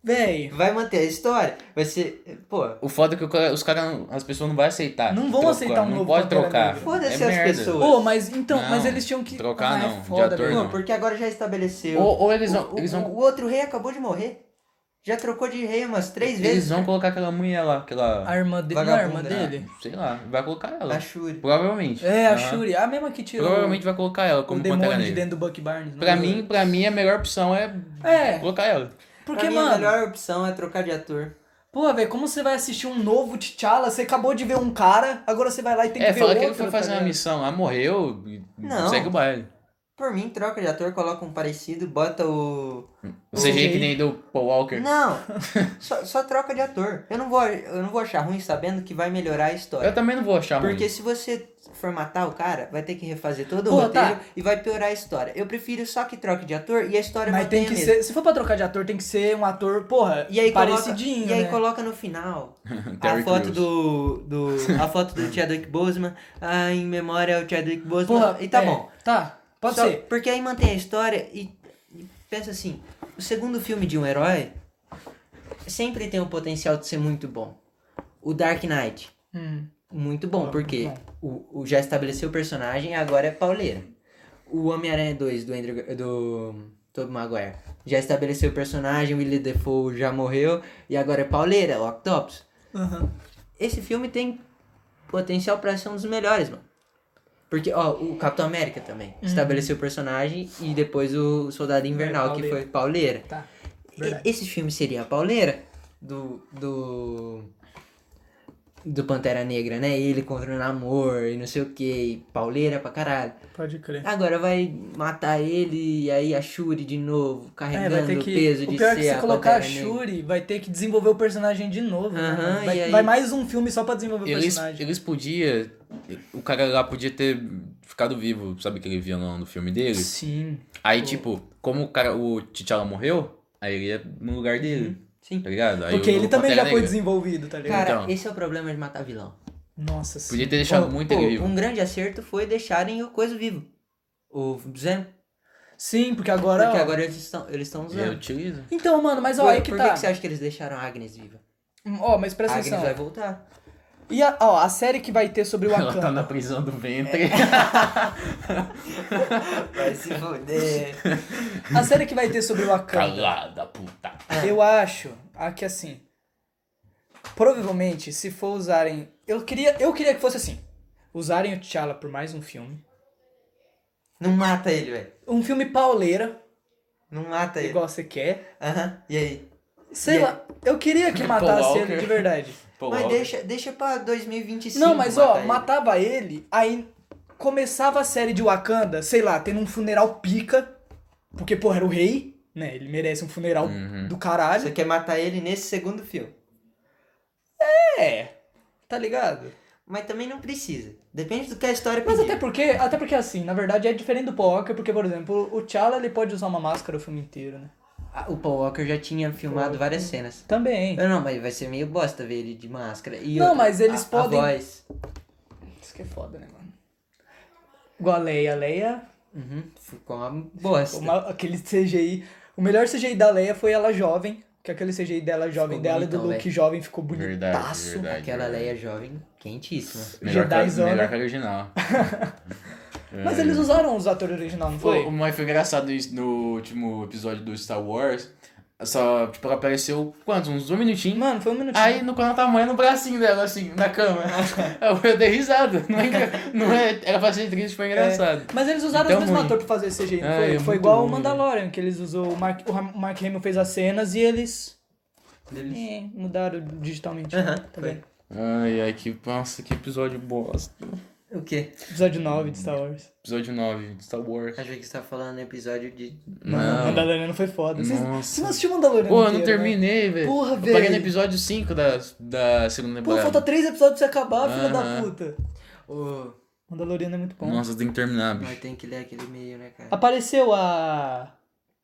S5: Véi.
S3: Vai manter a história? Vai ser. Pô,
S4: O foda é que o cara- os caras, as pessoas não vão aceitar.
S5: Não vão aceitar um
S4: Não
S5: novo
S4: pode
S5: Pantera
S4: trocar.
S5: Negra.
S3: Foda-se
S4: É
S3: as
S4: merda.
S3: pessoas.
S5: Pô, mas então,
S4: Não,
S5: mas eles tinham que.
S4: trocar
S5: ah,
S4: não,
S5: É
S4: de
S5: foda,
S4: ator
S5: velho.
S3: Não,
S4: não.
S3: porque agora já estabeleceu.
S4: Ou, ou eles
S3: o,
S4: vão,
S3: o-
S4: eles
S3: o
S4: vão,
S3: outro rei acabou de morrer. Já trocou de rei umas três
S4: eles
S3: vezes.
S4: vão colocar aquela mulher lá,
S5: A
S4: aquela, Ah,
S5: irmã dele. Não, é a irmã
S3: Vagabunda, né?
S5: dele?
S4: sei lá, vai colocar ela.
S3: A Shuri.
S4: Provavelmente.
S5: É, a
S4: Aham.
S5: Shuri. A mesma que tirou.
S4: Provavelmente vai colocar ela
S5: o
S4: como Pantera
S5: demônio de
S4: Negra.
S5: dentro do Buck Barnes. não é?
S4: Pra
S5: foi?
S4: mim, pra mim, a melhor opção é,
S5: É.
S4: colocar ela.
S5: Porque,
S3: pra mim,
S5: mano.
S3: a melhor opção é trocar de ator.
S5: Pô, velho, como você vai assistir um novo T'Challa? Você acabou de ver um cara, agora você vai lá e tem
S4: É,
S5: que ver
S4: fala
S5: outro.
S4: que ele foi fazer
S5: tá
S4: uma
S5: ligado?
S4: missão, ah, morreu, e
S3: Não.
S4: segue o baile.
S3: Por mim, troca de ator, coloca um parecido, bota o.
S4: Ou seja,
S5: Ok.
S4: que nem do Paul Walker. [LAUGHS]
S3: Não! só, só troca de ator. Eu não, vou, eu não vou achar ruim sabendo que vai melhorar a
S4: Eu
S3: história.
S4: também não vou achar ruim.
S3: Porque se você formatar o cara, vai ter que refazer todo o
S5: Pô, tá.
S3: roteiro e vai piorar a história. Eu prefiro só que troque de ator e a história
S5: Mas tem
S3: mantenha
S5: que
S3: mesmo.
S5: ser. Se for pra trocar de ator, tem que ser um ator, porra,
S3: E aí
S5: parecidinho.
S3: coloca, E aí
S5: né?
S3: coloca no final a
S4: [LAUGHS] Terry
S3: foto
S4: Crews.
S3: do, do a foto do Chadwick Boseman, ah, em memória ao Chadwick Boseman.
S5: Porra,
S3: e tá
S5: é,
S3: bom.
S5: Tá, pode
S3: Só-
S5: ser.
S3: Porque aí mantém a história e, e pensa assim, o segundo filme de um herói sempre tem o potencial de ser muito bom. O Dark Knight,
S5: Hum.
S3: muito bom,
S5: Ah,
S3: porque
S5: muito
S3: o, o já estabeleceu o personagem e agora é pauleira. O Homem-Aranha 2 do Andrew, do Tobey Maguire já estabeleceu o personagem, o Willie Defoe já morreu e agora é pauleira, o Octopus.
S5: Aham.
S3: Esse filme tem potencial pra ser um dos melhores, mano. Porque, ó, o Capitão América também
S5: Uhum.
S3: estabeleceu o personagem e depois o Soldado Invernal, que
S5: É Pauleira.
S3: foi pauleira.
S5: Tá.
S3: E-
S5: Verdade.
S3: Esse filme seria a pauleira do. do. do Pantera Negra, né? Ele contra o namor e não sei o que, pauleira pra caralho.
S5: Pode crer.
S3: Agora vai matar ele e aí a Shuri de novo,
S5: É,
S3: carregando
S5: vai ter
S3: o
S5: que.
S3: peso
S5: o
S3: de
S5: pior é
S3: ser
S5: que se
S3: a
S5: colocar a
S3: Pantera Negra.
S5: Shuri, vai ter que desenvolver o personagem de novo. né,
S3: Aham,
S5: mano?
S3: e
S5: vai,
S3: aí-
S5: vai mais um filme só pra desenvolver o
S4: Eles,
S5: personagem.
S4: eles podiam. O cara lá podia ter ficado vivo, sabe aquele vilão do filme dele?
S5: Sim.
S4: Aí, tipo, como o cara, o T'Challa morreu, aí ele ia no lugar dele,
S3: Sim.
S4: tá ligado? Aí
S5: Porque
S4: o-
S5: ele
S4: o
S5: também
S4: Pantera
S5: já foi
S4: Negra
S5: desenvolvido, tá ligado?
S3: Cara,
S4: Então.
S3: esse é o problema de matar vilão.
S5: Nossa sim.
S4: Podia ter deixado
S3: Pô,
S4: muito
S3: pô,
S4: ele vivo.
S3: Um grande acerto foi deixarem o coisa vivo. O Zen.
S5: Sim, porque agora.
S3: porque
S5: ó,
S3: agora eles estão, eles estão
S4: Ele
S3: usando.
S4: utiliza.
S5: Então, mano, mas ó,
S3: Por,
S5: aí que
S3: por
S5: tá.
S3: que você acha que eles deixaram a Agnes viva?
S5: Hum, Ó, mas
S3: A
S5: presta
S3: Agnes
S5: atenção.
S3: vai voltar.
S5: E a, ó, a série que vai
S4: [LAUGHS]
S5: ter sobre o
S4: Ela tá
S5: Wakanda.
S4: na prisão do ventre.
S3: Vai se foder. tá-
S5: A série que vai ter sobre
S3: [LAUGHS]
S5: o Wakanda.
S4: Calada, puta.
S5: eu acho a que assim. Provavelmente, se for usarem. Eu queria, eu queria que fosse assim. Usarem o T'Challa por mais um filme.
S3: Não mata ele, velho.
S5: Um filme pauleira,
S3: Não mata ele.
S5: igual você quer.
S3: Aham. E aí?
S5: É. Sei
S3: E
S5: lá, eu queria
S4: [LAUGHS]
S5: que matasse
S4: Walker.
S5: ele de verdade. [LAUGHS]
S4: Pô,
S3: Mas
S4: ó,
S3: deixa, deixa pra 2025.
S5: Não, mas ó,
S3: matar ele.
S5: matava ele, aí começava a série de Wakanda, sei lá, tendo um funeral pica, porque, porra, era o rei, né? Ele merece um funeral
S4: Uhum.
S5: do caralho.
S3: Você quer matar ele nesse segundo filme.
S5: É, tá ligado?
S3: Mas também não precisa. Depende do que a história
S5: Mas
S3: pedir.
S5: até porque, até porque assim, na verdade é diferente do Paul Walker, porque, por exemplo, o T'Challa ele pode usar uma máscara o filme inteiro, né?
S3: Ah, O Paul Walker já tinha filmado várias cenas.
S5: Também.
S3: Não, não, mas vai ser meio bosta ver ele de máscara. E
S5: Não,
S3: outra,
S5: mas eles
S3: a- a
S5: podem-
S3: voz.
S5: Isso que é foda, né, mano? Igual a Leia. A Leia,
S3: Uhum, ficou uma bosta.
S5: uma- aquele CGI. O melhor CGI da Leia foi ela jovem, que aquele CGI dela jovem, dela e do
S3: bonitão,
S5: Luke
S3: velho.
S5: jovem ficou
S4: Verdade,
S5: bonitaço.
S4: verdade.
S3: Aquela
S4: verdade.
S3: Leia jovem, quentíssima.
S4: Melhor que, a-
S5: Jedizona.
S4: melhor que a original.
S5: Mas eles usaram os atores original, não foi? um
S4: Pô, mas foi engraçado isso no último episódio do Star Wars. Só, tipo, ela apareceu quantos? Uns dois minutinhos.
S5: Mano, foi um minutinho.
S4: Aí no quando tamanho no bracinho dela, assim, na
S5: [LAUGHS]
S4: cama. Eu dei risada. Não é, engra- não é, era pra ser triste, foi engraçado.
S5: Mas eles usaram
S4: Então,
S5: o mesmo
S4: ruim.
S5: ator pra fazer esse CGI, não
S4: Ah,
S5: foi?
S4: é
S5: foi
S4: muito
S5: igual o
S4: ruim,
S5: Mandalorian, que eles usou, o Mark, o Ra- Mark Hamill fez as cenas e eles... É, mudaram digitalmente.
S3: Aham,
S5: tá
S3: foi.
S5: bem.
S4: Ai, ai, que, nossa, que episódio bosta.
S3: O quê?
S5: Episódio 9 de Star Wars.
S4: Episódio 9 de Star Wars.
S3: Achei que você tá falando no episódio de.
S4: Não.
S5: Mandalorian não foi foda. Vocês,
S4: Nossa.
S5: vocês não assistiram Mandalorian
S4: Pô, eu não
S5: inteiro, né?
S4: terminei, velho.
S5: Porra,
S4: Eu Parei
S5: velho.
S4: no episódio 5 da, da segunda
S5: Pô,
S4: temporada.
S5: falta três episódios pra você acabar, filha da
S4: Aham.
S5: puta.
S3: Ô,
S5: Mandaloriano é muito bom.
S4: Nossa, tem que terminar,
S3: nós
S4: bicho.
S3: tem que ler aquele e-mail, né, cara?
S5: Apareceu a.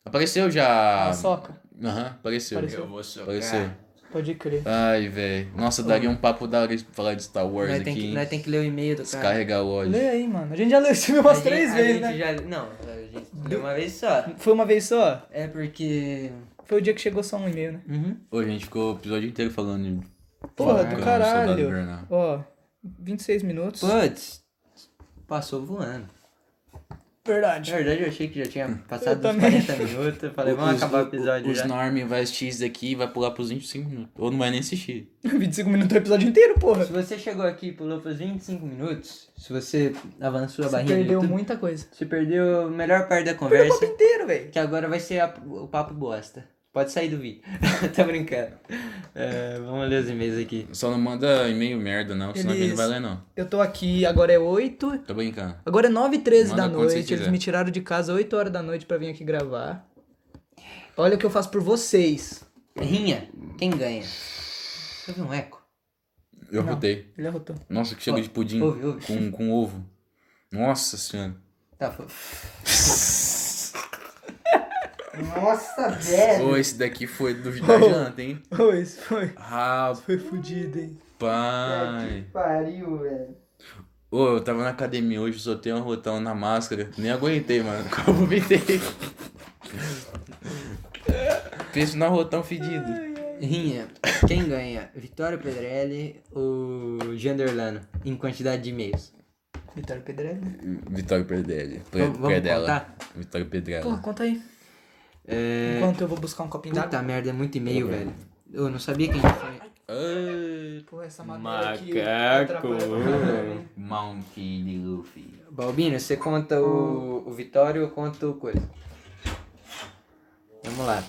S4: Apareceu já.
S5: A soca.
S4: Aham, apareceu.
S5: Apareceu.
S4: Eu vou socar. Apareceu.
S5: Pode crer.
S4: Ai, velho. Nossa, daria um papo da hora de falar de Star Wars
S3: Nós
S4: aqui.
S3: tem, que,
S4: hein?
S3: nós tem que ler o e-mail do cara.
S4: Descarregar o ódio.
S5: Lê aí, mano. A gente já leu esse filme
S3: A
S5: umas
S3: gente-
S5: três
S3: a
S5: vezes,
S3: gente
S5: né?
S3: já- Não, a gente leu uma vez só.
S5: [LAUGHS] Foi uma vez só?
S3: É porque.
S5: Foi o dia que chegou só um e-mail,
S4: Hum,
S5: né?
S3: Uhum.
S4: Ô, a gente ficou o episódio inteiro falando de.
S5: Porra,
S4: Falcão,
S5: do
S4: Soldado
S5: caralho.
S4: Invernal.
S5: Ó, 26 minutos.
S3: Putz, passou voando. Na
S5: [LAUGHS] Verdade.
S3: verdade, eu achei que já tinha
S5: Eu
S3: passado dos
S5: também.
S3: 40 minutos. Eu falei, vamos
S4: Os-
S3: acabar o episódio
S4: Os
S3: já.
S4: Norm vai assistir isso daqui e vai pular pros 25 minutos. Ou não vai nem assistir.
S5: 25 minutos é o episódio inteiro, porra.
S3: Se você chegou aqui e pulou pros 25 minutos, se você avançou a
S5: Você
S3: barrinha
S5: perdeu
S3: do YouTube,
S5: muita coisa.
S3: você perdeu a melhor parte da
S5: Perdeu um o papo
S3: conversa,
S5: inteiro, velho.
S3: que agora vai ser a- o papo bosta. Pode sair do vídeo. [LAUGHS] Tô brincando. É, vamos ler os e-mails aqui.
S4: Só não manda e-mail merda, não, senão ele
S5: Eles-
S4: não vai ler, não.
S5: Eu tô aqui, agora é 8.
S4: Tô brincando.
S5: Agora é 9 h 13
S4: Manda
S5: da
S4: quando você
S5: noite, eles
S4: quiser.
S5: me tiraram de casa 8 horas da noite pra vir aqui gravar. Olha o que eu faço por vocês.
S3: Rinha, quem ganha? Houve um eco.
S4: Eu
S5: Não.
S4: rotei.
S5: Ele arrotou.
S4: Nossa, que cheiro de pudim
S5: Hum.
S3: Ouve, ouve.
S4: Com, com ovo. Nossa senhora.
S3: Tá, foi. Nossa, velho.
S4: Ô, esse daqui foi do da janta, hein?
S5: Ô, isso [LAUGHS] foi.
S4: Rapaz.
S5: Foi fudido, hein?
S3: pariu, velho.
S4: Ô, eu tava na academia hoje, soltei um rotão na máscara. Nem aguentei, mano. [LAUGHS] Como eu vomitei. Pensa no rotão fedido.
S3: Rinha, quem ganha? Vitória Pedrelli ou Janderlano? Em quantidade de e-mails.
S5: Vitória Pedrelli.
S4: Vitório Pedrelli.
S3: Vamos- vamos
S4: Pedrela.
S3: contar?
S4: Vitório
S5: Pô,
S4: Pedrela.
S5: Ah, conta aí.
S3: É...
S5: Enquanto eu vou buscar um copinho d'água.
S3: Puta merda, é muito e-mail, velho. Eu não sabia que a gente foi.
S4: Ai,
S5: Pô, essa madeira aqui
S4: Macaco.
S5: atrapalha pra caralho, hein?
S4: Mountain de Luffy.
S3: Balbino, você conta o, o Vitório ou conta o coisa? Vamos lá.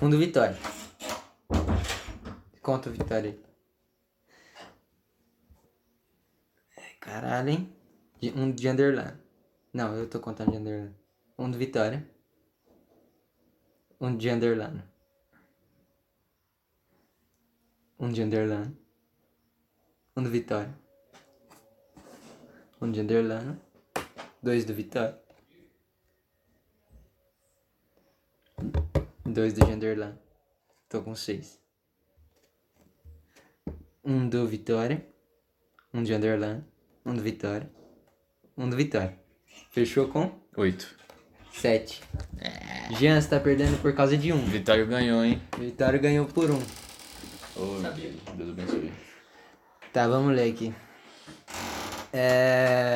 S3: Um do Vitória. Conta o Vitória aí. Ai, Caralho, hein? De- Um de Underland. Não, eu tô contando de Underland. Um do Vitória. Um de Underland. Um de Underland. Um do Vitória. Um de Underlano. Dois do Vitória. Dois do Genderlan. Tô com seis. Um do Vitória. Um de Underlan. Um do Vitória. Um do Vitória. Fechou com
S4: Oito.
S3: sete. Jean, você tá perdendo por causa de um.
S4: Vitório ganhou, hein?
S3: Vitória ganhou por um.
S4: Ô, meu Deus. Deus abençoe.
S3: Tá, vamos ler aqui. É...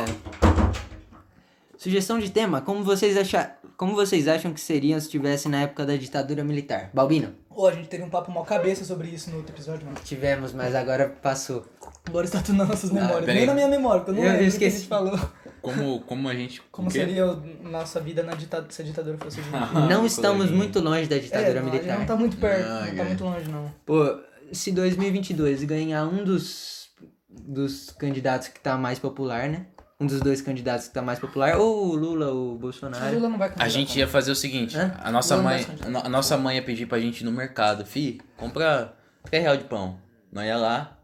S3: Sugestão de tema: como vocês, acha... como vocês acham que seriam se estivesse na época da ditadura militar? Balbino,
S5: Ô, a gente teve um papo mal cabeça sobre isso no outro episódio, mano.
S3: tivemos, mas agora passou.
S5: Agora está tudo nas nossas memórias.
S4: pera
S5: Nem
S4: aí.
S5: na minha memória, porque eu não
S3: Eu- eu
S5: lembro o que a
S3: esqueci.
S5: gente falou.
S4: Como, como a gente.
S5: Como
S4: o quê?
S5: seria a nossa vida na ditadura, se a ditadura fosse hoje
S4: [LAUGHS]
S5: em dia.
S4: Ah,
S3: não estamos
S4: coleguinha.
S3: muito longe da
S5: É,
S3: ditadura
S5: não, a gente
S3: militar.
S5: não tá muito perto,
S4: Ah,
S5: não tá
S4: é.
S5: muito longe, não.
S3: Pô, se 2022 ganhar um dos, dos candidatos que tá mais popular, né? um dos dois candidatos que tá mais popular, ou o Lula ou o
S5: O
S3: Bolsonaro.
S5: Lula não vai comprar.
S4: A gente ia fazer o seguinte,
S3: Hã?
S4: a nossa
S6: Vamos
S4: mãe,
S6: nessa, gente.
S4: a no- a nossa mãe ia pedir pra gente ir no mercado, fi, compra 3 real de pão. Nós ia lá,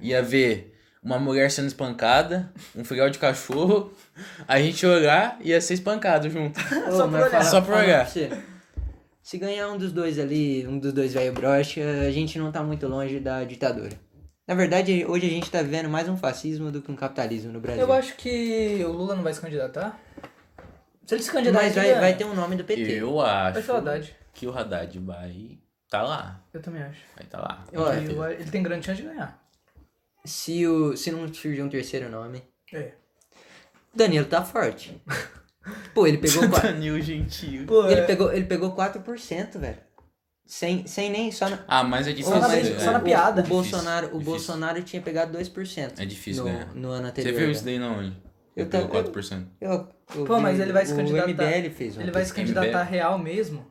S4: ia ver uma mulher sendo espancada, um frigal de cachorro, [LAUGHS] a gente ia olhar e ia ser espancado junto.
S3: Ô,
S5: Só [LAUGHS] por
S3: mas
S5: olhar.
S3: falar-
S4: Só por
S3: falar
S4: olhar.
S3: pra você, Se ganhar um dos dois ali, um dos dois velho broxa, a gente não tá muito longe da ditadura. Na verdade, hoje a gente tá vendo mais um fascismo do que um capitalismo no Brasil.
S5: Eu acho que o Lula não vai se candidatar. Se ele se candidatar,
S3: Mas vai, vai ter um nome do PT.
S4: Eu um acho
S5: Vai ser o Haddad.
S4: que o Haddad vai tá lá,
S5: Eu também acho.
S4: vai tá lá.
S3: Eu acho.
S5: E o- Ele tem grande chance de ganhar.
S3: Se, o, se não surgir um terceiro nome,
S5: É.
S3: Danilo tá forte. Pô, ele pegou,
S5: [LAUGHS]
S3: qua-
S4: Danilo Gentil.
S5: Pô,
S3: ele
S5: é-
S3: pegou, ele pegou 4%, velho. Sem, sem nem, só na,
S4: Ah, mas é difícil.
S5: Só na
S3: mas
S5: brin-
S4: né?
S5: só na
S3: o-
S5: piada.
S3: O Bolsonaro, o
S4: Difícil.
S3: Bolsonaro tinha pegado 2%.
S4: É difícil
S3: no,
S4: ganhar.
S3: no ano
S4: Você
S3: anterior.
S4: viu
S3: né?
S4: isso daí na onde?
S3: Eu
S4: Pegou
S3: tava-
S4: 4%.
S3: Eu, eu
S5: Pô,
S3: vi
S5: mas ele vai se
S3: o
S5: candidatar-
S3: MBL fez um
S5: Ele
S3: ontem.
S5: vai se candidatar real mesmo?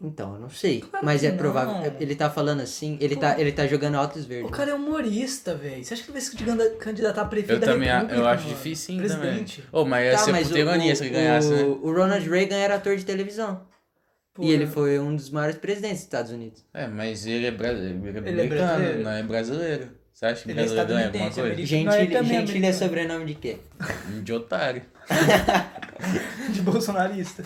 S3: Então, eu não sei.
S5: Claro
S3: mas
S5: que
S3: é provável.
S5: não.
S3: Ele tá falando assim, ele tá, ele tá jogando altos verdes.
S5: O cara é humorista, velho. Você acha que ele vai se candida- candidatar a prefeito
S4: Eu
S5: da
S4: também a-
S5: República,
S4: eu acho
S5: mano?
S4: difícil sim também.
S5: Presidente. [LAUGHS]
S4: Ô, mas ia
S3: Tá,
S4: ser
S3: mas
S4: puta ironia se ele ganhasse,
S3: o,
S4: né?
S3: o Ronald Reagan era ator de televisão.
S5: Pô,
S3: E ele foi um dos maiores presidentes dos Estados Unidos.
S4: É, mas ele é, bra... ele é
S5: brasileiro.
S4: americano, não é brasileiro. Você acha que
S5: Ele é
S4: brasileiro ganha alguma coisa?
S5: estadunidense,
S4: Um
S5: americano.
S3: Gente,
S5: Não, ele
S3: ele,
S5: também é
S3: gente, ele é
S5: americano.
S3: sobrenome de quê?
S4: De otário.
S5: De bolsonarista.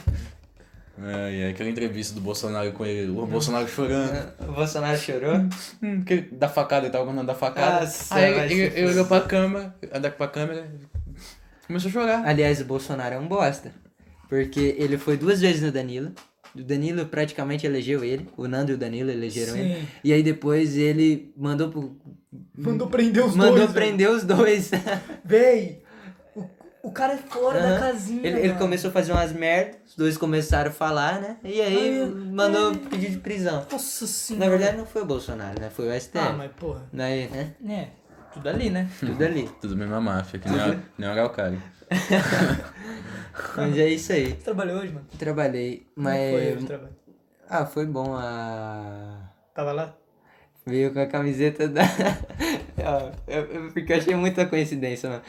S4: É, e aquela entrevista do Bolsonaro com ele, o Bolsonaro
S5: É.
S4: chorando.
S3: O Bolsonaro chorou?
S4: Hum, que ele- da facada, ele tava contando da
S5: Ah,
S4: facada.
S3: Nossa,
S4: Aí
S3: vai
S4: ele,
S3: se
S4: ele- ele olhou pra câmera, andar pra câmera, começou a chorar.
S3: Aliás, o Bolsonaro é um bosta. Porque ele foi duas vezes no Danilo. O Danilo praticamente elegeu ele. O Nando e o Danilo elegeram
S5: Sim.
S3: ele. E aí depois ele mandou pro-
S5: Mandou prender os
S3: mandou
S5: dois. né? velho.
S3: prender os dois.
S5: Véi, o, o cara é fora da
S3: Aham.
S5: casinha.
S3: ele, ele
S5: mano.
S3: começou a fazer umas merdas, os dois começaram a falar, né? E aí
S5: Ai,
S3: mandou pedir de prisão.
S5: Nossa senhora.
S3: Na verdade não foi o Bolsonaro, né? Foi o STF.
S5: Ah, mas porra.
S3: Daí, né?
S5: É, tudo
S3: [LAUGHS]
S5: ali, né?
S3: Tudo ali.
S4: Tudo bem, uma máfia, que nem o-
S5: [LAUGHS]
S4: nem o Araucário.
S3: Mas é isso aí.
S5: Você trabalhou hoje, mano?
S3: Trabalhei,
S5: Como Foi
S3: mas.
S5: hoje o trabalho.
S3: ah, foi bom a.
S5: Tava lá?
S3: Veio com a camiseta da. [LAUGHS] Ó, eu, eu- porque eu achei muita coincidência, mano.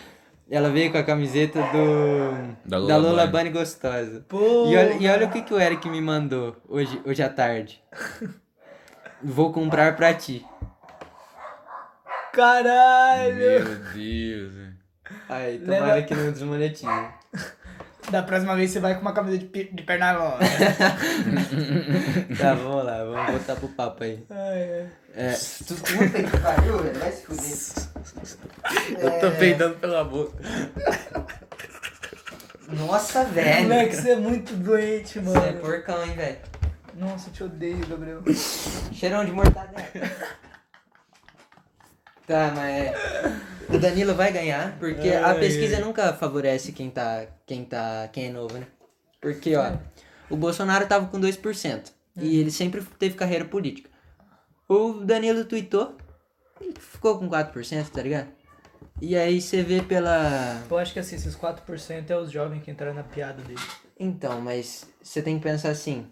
S3: Ela veio com a camiseta do.
S4: Da Lola
S3: Lola
S4: Bunny.
S3: Bunny Gostosa.
S5: Pô.
S3: E olha, e olha o que, que o Eric me mandou hoje, hoje à tarde. [LAUGHS] Vou comprar pra ti.
S5: Caralho!
S4: Meu Deus, velho.
S3: Aí,
S5: Leva-
S3: tomara que não desmonetize.
S5: Da próxima vez você vai com uma camisa de, pe- de perna
S3: [LAUGHS]
S5: longa.
S3: tá, vamos lá, vamos voltar pro papo aí.
S5: Ai, ai.
S3: É, tu... Puta que pariu, velho, vai se fuder.
S5: É.
S4: Eu tô peidando pela boca.
S3: Nossa, velho.
S5: Moleque, você é muito doente,
S3: Você né? é
S5: mano.
S3: porcão, hein, velho.
S5: Nossa, eu te odeio, Gabriel.
S3: Cheirão de mortadela. [LAUGHS] tá, mas o Danilo vai ganhar, porque a
S5: Ai,
S3: pesquisa nunca favorece quem tá, quem tá, quem é novo, né? Porque, ó, o Bolsonaro tava com 2% e ele sempre teve carreira política. O Danilo tweetou e ficou com 4%, tá ligado? E aí você vê pela
S5: Eu acho que assim, esses 4% é os jovens que entraram na piada dele.
S3: Então, mas você tem que pensar assim,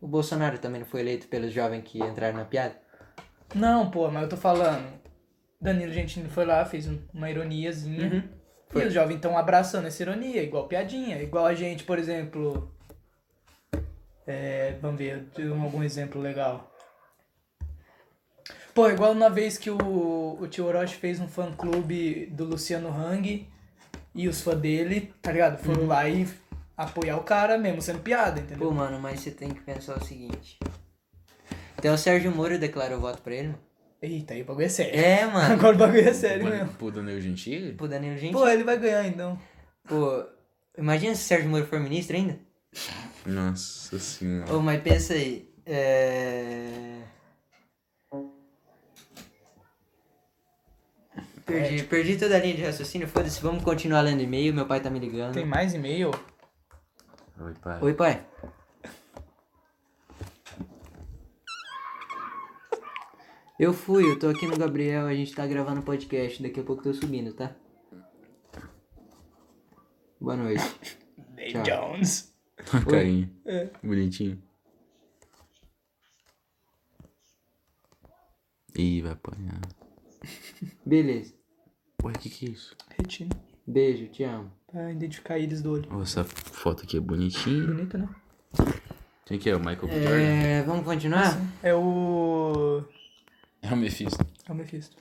S3: o Bolsonaro também não foi eleito pelos jovens que entraram na piada?
S5: Não, pô, mas eu tô falando. Danilo Gentili foi lá, fez um- uma ironiazinha.
S3: Uhum.
S5: E os jovens estão abraçando essa ironia, igual piadinha. Igual a gente, por exemplo. É, vamos ver, eu tenho algum exemplo legal. Pô, igual uma vez que o, o tio Orochi fez um fã clube do Luciano Hang e os fãs dele, tá ligado? Foram lá e apoiar o cara mesmo, sendo piada, entendeu?
S3: Uhum. Pô, mano, mas você tem que pensar o seguinte. Então o Sérgio Moro declarou voto pra ele, mano?
S5: Eita, aí o bagulho é sério.
S3: É, mano.
S5: [LAUGHS] Agora o bagulho é sério mesmo.
S4: Pro Danilo Gentili?
S3: Pô, Danilo Gente.
S5: Pô, ele vai ganhar então.
S3: Pô, imagina se o Sérgio Moro for ministro ainda.
S4: Nossa senhora.
S3: Ô, mas pensa aí. É... Perdi, perdi toda a linha de raciocínio. Foda-se, vamos continuar lendo e-mail. Meu pai tá me ligando.
S5: Tem mais e-mail?
S4: Oi, pai.
S3: Oi, pai. Eu fui, eu tô aqui no Gabriel, a gente tá gravando podcast, daqui a pouco tô subindo, tá? Boa noite.
S5: Dave
S3: Tchau.
S5: Jones.
S4: Carinha.
S5: É.
S4: Bonitinho. Ih, vai apanhar.
S3: Beleza.
S4: Ué, o que que é isso?
S5: Retina.
S3: Beijo, te amo.
S5: Pra identificar eles do olho.
S4: Ó, Essa foto aqui é bonitinha.
S5: Bonito, né?
S4: Quem que é? O Michael Jordan?
S3: É, vamos continuar?
S5: É o.
S4: É o Mephisto.
S5: É o Mephisto.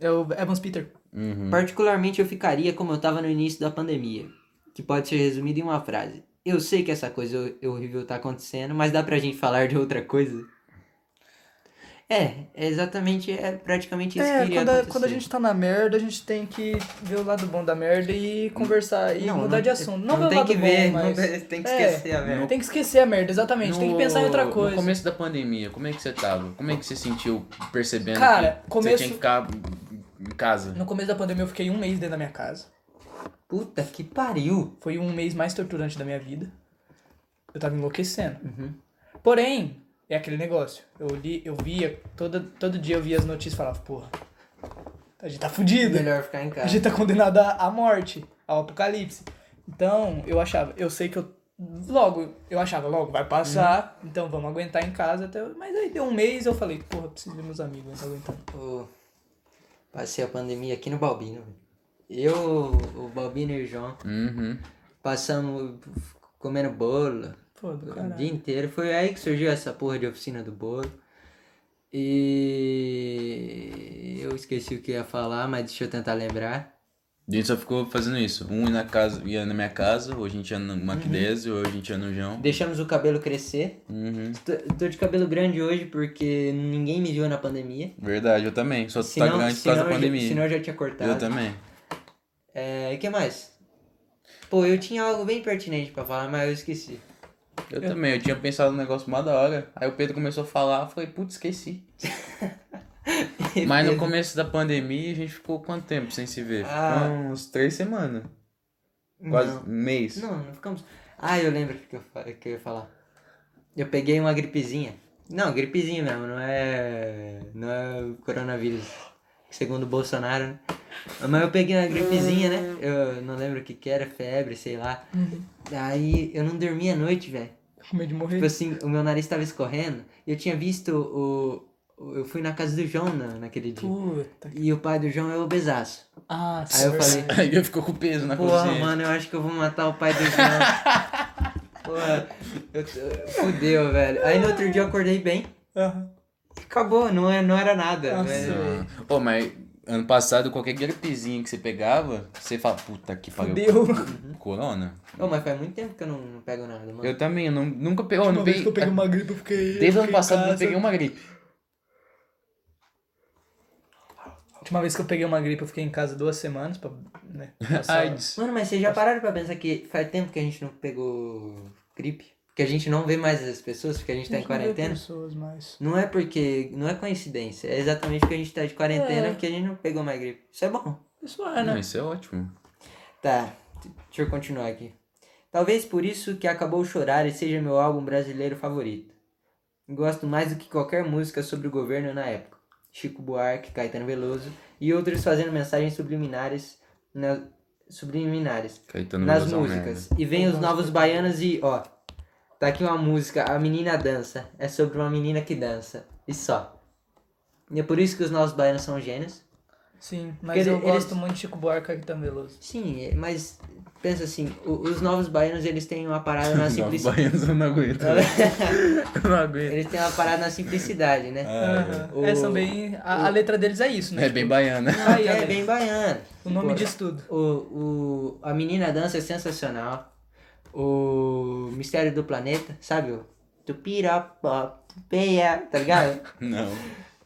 S5: É o Evans Peter.
S3: Hum.
S4: Uhum.
S3: Particularmente eu ficaria como eu tava no início da pandemia, que pode ser resumido em uma frase. Eu sei que essa coisa hor- horrível tá acontecendo, mas dá pra gente falar de outra coisa? É, é exatamente, é praticamente isso que
S5: É,
S3: iria
S5: quando a,
S3: acontecer.
S5: quando a gente tá na merda, a gente tem que ver o lado bom da merda e conversar e mudar de assunto. Não, ver o
S3: tem
S5: lado
S3: que
S5: bom,
S3: ver,
S5: mas...
S3: não tem- tem que
S5: É,
S3: esquecer a merda.
S5: Tem que esquecer a merda, exatamente. Tem que pensar em outra
S4: No-
S5: coisa.
S4: No começo da pandemia, como é que você tava? Como é que você sentiu percebendo
S5: Cara,
S4: que
S5: começo-
S4: você tinha que ficar em casa?
S5: No começo da pandemia eu fiquei um mês dentro da minha casa.
S3: Puta que pariu.
S5: Foi um mês mais torturante da minha vida. Eu tava enlouquecendo.
S3: Uhum.
S5: Porém, é aquele negócio. Eu li, eu via, todo, todo dia eu via as notícias e falava, porra, a gente tá fudido.
S3: Melhor ficar em
S5: A
S3: casa.
S5: gente tá condenado à à morte, ao apocalipse. Então, eu achava, eu sei que eu. Logo, eu achava, logo vai passar,
S3: Uhum.
S5: então vamos aguentar em casa até. Mas aí deu um mês eu falei, porra, preciso ver meus amigos, eu não tô aguentando.
S3: Eu passei a pandemia aqui no Balbino. velho. Eu, o Balbino e o João
S4: Uhum.
S3: passamos f- comendo bolo
S5: Pô, do
S3: o
S5: caralho.
S3: dia inteiro. Foi aí que surgiu essa porra de oficina do bolo. E eu esqueci o que ia falar, mas deixa eu tentar lembrar.
S4: A gente só ficou fazendo isso. Um ia na, casa, ia na minha casa, hoje a gente ia no
S5: Uhum.
S4: Maclésio, hoje a gente ia no João.
S3: Deixamos o cabelo crescer.
S4: Uhum.
S3: Tô, tô de cabelo grande hoje porque ninguém me viu na pandemia.
S4: Verdade, eu também. Só tá
S3: Senão-
S4: grande por
S3: senão
S4: causa da
S5: é
S3: eu já-
S4: pandemia.
S3: Senão eu já tinha cortado.
S4: eu também.
S3: É, e que mais? Pô, eu tinha algo bem pertinente pra falar, mas eu esqueci.
S4: Eu, também, eu tinha pensado no negócio mó da hora. Aí o Pedro começou a falar, eu falei, putz, esqueci.
S3: [LAUGHS]
S4: Mas no começo da pandemia a gente ficou quanto tempo sem se ver?
S3: Ah.
S4: Ficou uns três semanas. Quase
S3: Não.
S4: um mês.
S3: Não, não ficamos. Ah, eu lembro o que, eu fa- que eu ia falar. Eu peguei uma gripezinha. Não, gripezinha mesmo, não é. Não é o coronavírus. Segundo o Bolsonaro, né? Mas eu peguei uma gripezinha, né? Eu não lembro o que, que era, febre, sei lá. Daí eu não dormi a noite, velho.
S5: Com medo de morrer.
S3: Tipo assim, o meu nariz tava escorrendo. Eu tinha visto o. o- Eu fui na casa do João na, naquele dia.
S5: Puta.
S3: E o pai do João é obesaço.
S5: Ah,
S3: Aí eu falei,
S4: Aí eu ficou com peso na
S3: Porra,
S4: consciência.
S3: mano, eu acho que eu vou matar o pai do
S5: [LAUGHS]
S3: João. Porra, eu, eu- fudeu, velho. Aí no outro dia eu acordei bem.
S5: Aham.
S3: Acabou, não, é, não era nada.
S5: Nossa.
S3: velho.
S4: Ah. Pô, mas ano passado, qualquer gripezinha que você pegava, você fala, puta que pariu.
S5: Fudeu. Uhum.
S4: co- Corona?
S3: Ô, mas faz muito tempo que eu não, não pego nada, mano.
S4: Eu também, eu não, nunca peguei. Eu
S5: Uma
S4: não
S5: vez
S4: peguei é,
S5: que eu peguei uma gripe, eu fiquei.
S4: Desde o
S5: fiquei
S4: ano
S5: em
S4: passado eu não
S5: casa.
S4: peguei uma gripe.
S5: Última vez que eu peguei uma gripe, eu fiquei em casa duas semanas pra.
S4: [LAUGHS]
S5: Né, passar-
S4: AIDS.
S3: Mano, mas vocês já pararam pra pensar que faz tempo que a gente não pegou gripe? Que a gente não vê mais as pessoas porque a gente tá em
S5: Não vê
S3: quarentena?
S5: Pessoas, mas...
S3: Não é porque. Não é coincidência. É exatamente porque a gente tá de quarentena
S5: É.
S3: que a gente não pegou mais gripe. Isso é bom.
S5: Isso é,
S4: Não,
S5: né?
S4: isso é ótimo.
S3: Tá, t- deixa eu continuar aqui. Talvez por isso que Acabou Chorar e seja meu álbum brasileiro favorito. Gosto mais do que qualquer música sobre o governo na época. Chico Buarque, Caetano Veloso e outros fazendo mensagens subliminares, na- subliminares
S4: Caetano
S3: nas
S4: Veloso é um merda.
S3: músicas. E vem os novos baianos e, ó, tá aqui uma música, A Menina Dança. É sobre uma menina que dança. E só. E é por isso que os novos baianos são gênios.
S5: Sim, mas
S3: Porque
S5: eu
S3: ele- eles-
S5: gosto muito de Chico Buarque aqui também, Veloso.
S3: Sim, é- mas pensa assim, o- os novos baianos eles têm uma parada
S4: [LAUGHS]
S3: na
S4: Não,
S3: simplicidade.
S4: baianos eu não
S5: [LAUGHS]
S4: aguento. né? eu não aguento.
S3: eles têm uma parada na simplicidade, né?
S5: Aham.
S3: O-
S5: É, são bem... A, a letra deles é isso, né?
S4: Ah, É bem baiana.
S3: Não, e é
S5: Baiano.
S3: bem baiano.
S5: O nome
S3: Pô,
S5: diz tudo.
S3: O, o, a menina dança é sensacional. O Mistério do Planeta, sabe? O Tupirapapeia, tá ligado?
S4: [LAUGHS] Não.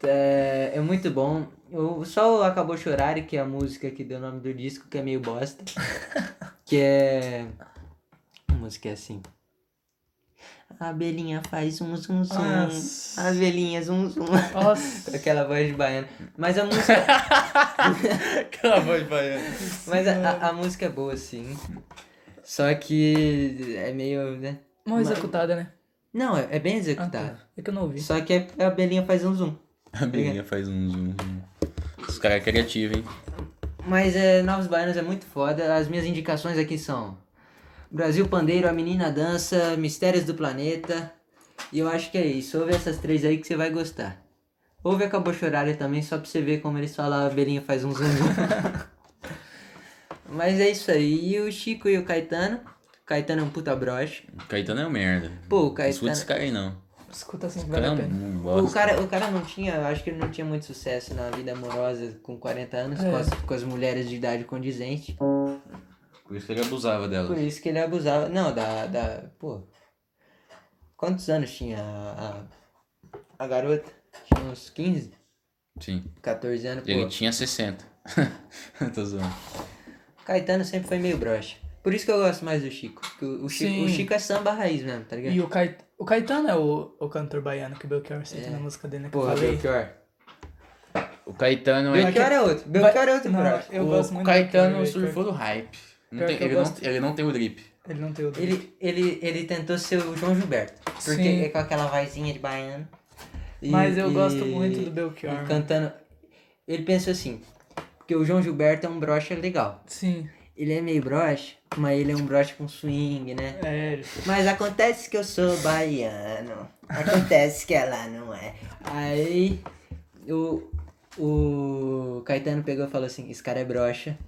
S3: É, é muito bom. O, só o Acabou Chorar, que é a música que deu o nome do disco, que é meio bosta.
S5: [LAUGHS]
S3: que é. A música é assim. A abelhinha faz um zum zum.
S5: Nossa.
S3: A abelhinha zum zum. [LAUGHS]
S5: Nossa.
S3: Aquela voz de baiana. Mas a música,
S4: Aquela voz baiana.
S3: mas a, a- a música é boa, sim. Só que é meio, né?
S5: Mal executada, né?
S3: Não, é, é bem
S5: Ah,
S3: executada.
S5: tá. É que eu não ouvi.
S3: Só que é- a abelhinha faz um zoom.
S4: A Belinha faz um zoom. zoom. Os caras é criativo, hein?
S3: Mas é, Novos Baianos é muito foda. As minhas indicações aqui são Brasil Pandeiro, A Menina Dança, Mistérios do Planeta. E eu acho que é isso. Ouve essas três aí que você vai gostar. Ouve Acabou Chorar também, só pra você ver como eles falam a abelhinha faz um zoom. zoom. [LAUGHS] Mas é isso aí. E o Chico e o Caetano. O Caetano é um puta broche.
S4: O Caetano é um merda.
S3: Pô, o
S4: Não escuta
S3: Caetano.
S4: esse cara aí, não.
S5: Escuta assim,
S4: O
S5: vale
S4: cara é
S5: a
S4: um
S5: pena.
S4: bosta.
S3: O cara, o cara não tinha, eu acho que ele não tinha muito sucesso na vida amorosa com 40 anos, com,
S5: É.
S3: as, com as mulheres de idade condizente.
S4: Por isso que ele abusava dela.
S3: Por isso que ele abusava. Não, da. da pô. Quantos anos tinha a, a, a garota? Tinha uns 15,
S4: Sim.
S3: 14 anos. Pô.
S4: Ele tinha 60. [LAUGHS] Tô zoando.
S3: Caetano sempre foi meio broxa. Por isso que eu gosto mais do Chico. que O, o Chico, o
S5: Sim.
S3: Chico é samba raiz mesmo, tá ligado?
S5: E o, Cait... o Caetano é o, o cantor baiano que o Belchior cita na música dele, né? Que eu
S3: Porra,
S5: falei.
S3: Belchior.
S4: O Caetano é.
S3: Belchior é outro. Belchior é outro
S5: Não,
S3: broxa.
S5: eu
S4: o
S5: gosto muito do
S4: Caetano
S5: Belchior.
S4: surfou do hype. Não
S5: Pior
S4: tem-
S5: que eu
S4: ele, não,
S5: gosto.
S4: ele não tem o drip.
S5: Ele não tem o dele.
S3: Ele, ele, ele tentou ser o João Gilberto. Porque
S5: Sim.
S3: é com aquela vozinha de baiano. E-
S5: Mas eu
S3: e-
S5: gosto muito do
S3: e
S5: Belchior. mano.
S3: Cantando. Ele pensou assim. Porque o João Gilberto é um brocha legal.
S5: Sim,
S3: Ele é meio brocha, mas ele é um brocha com swing, né?
S5: é ele.
S3: Mas acontece que eu sou baiano. Acontece que ela não é. Aí o, o Caetano pegou e falou assim: esse cara é broxa.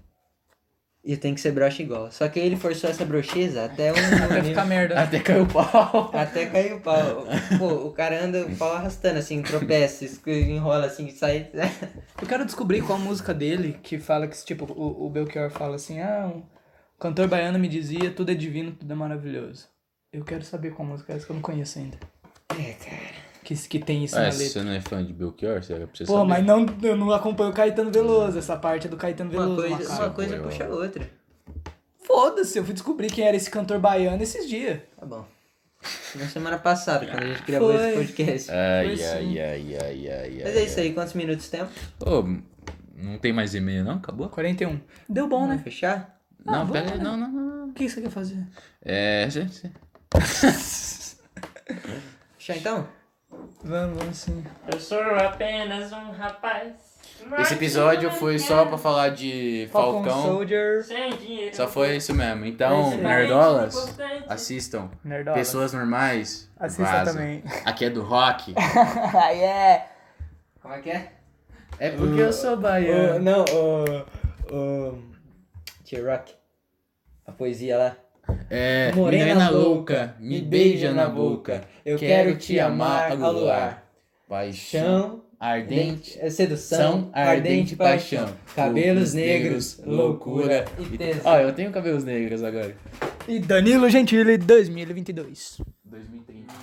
S3: E eu tenho que ser broxa igual. Só que ele forçou essa brocheza até um.
S5: [LAUGHS] Vai ficar merda.
S4: Até caiu o
S5: [LAUGHS]
S4: pau.
S3: Até caiu o pau. Pô, o cara anda o pau arrastando, assim, tropeça, esco- enrola assim, sai. [LAUGHS]
S5: Eu quero descobrir qual música dele que fala que, tipo, o, o Belchior fala assim, ah, um cantor baiano me dizia, tudo é divino, tudo é maravilhoso. Eu quero saber qual música é essa que eu não conheço ainda.
S3: É, cara.
S5: Que, que tem isso
S4: Ué,
S5: na
S4: se
S5: letra.
S4: você não é fã de Belchior, você era pra você
S5: Pô,
S4: saber.
S5: mas não, eu não acompanho o Caetano Veloso, essa parte é do Caetano
S3: Uma
S5: Veloso.
S3: coisa,
S5: macaco.
S3: uma coisa puxa a outra.
S5: Foda-se, eu fui descobrir quem era esse cantor baiano esses dias.
S3: Tá bom. Na semana passada, quando a gente gravou
S5: Foi.
S3: esse podcast.
S4: Ai,
S5: Foi
S4: ai,
S5: sim.
S4: ai, ai, ai,
S3: Mas
S4: ai,
S3: é isso aí, quantos minutos temos?
S4: Ô, não tem mais e-mail, não? Acabou?
S5: 41. Deu bom,
S3: Vamos
S5: né?
S3: fechar?
S4: Não,
S5: vamos
S4: pera aí,
S5: lá, né?
S4: não, não, não.
S5: O que você quer fazer?
S4: É, sim, sim.
S3: Fechar então?
S5: Vamos, vamos sim.
S7: Eu sou apenas um rapaz.
S4: Esse episódio foi só pra falar de
S5: Falcon
S4: Falcão.
S5: Soldier.
S7: Sem dinheiro.
S4: Só foi isso mesmo. Então,
S5: Esse-
S4: nerdolas,
S7: Importante.
S4: assistam.
S5: Nerdola.
S4: Pessoas normais,
S5: Assista
S4: vazam.
S5: também.
S4: Aqui é do rock.
S5: ah, yeah.
S3: Como é que é?
S4: É porque eu sou
S5: É,
S3: O- não, o.
S4: um
S3: O. T-Rock. A poesia lá.
S4: É,
S3: Morena
S4: morena
S3: louca,
S4: louca, me beija na boca.
S3: Eu
S4: Quero
S3: quero te amar ao luar.
S4: Paixão
S3: Chão.
S4: ardente.
S3: É sedução,
S4: São ardente paixão.
S3: Cabelos negros, loucura e
S4: Ó,
S3: tesão.
S4: eu tenho cabelos negros agora.
S5: E Danilo Gentili 2022.
S4: 2030.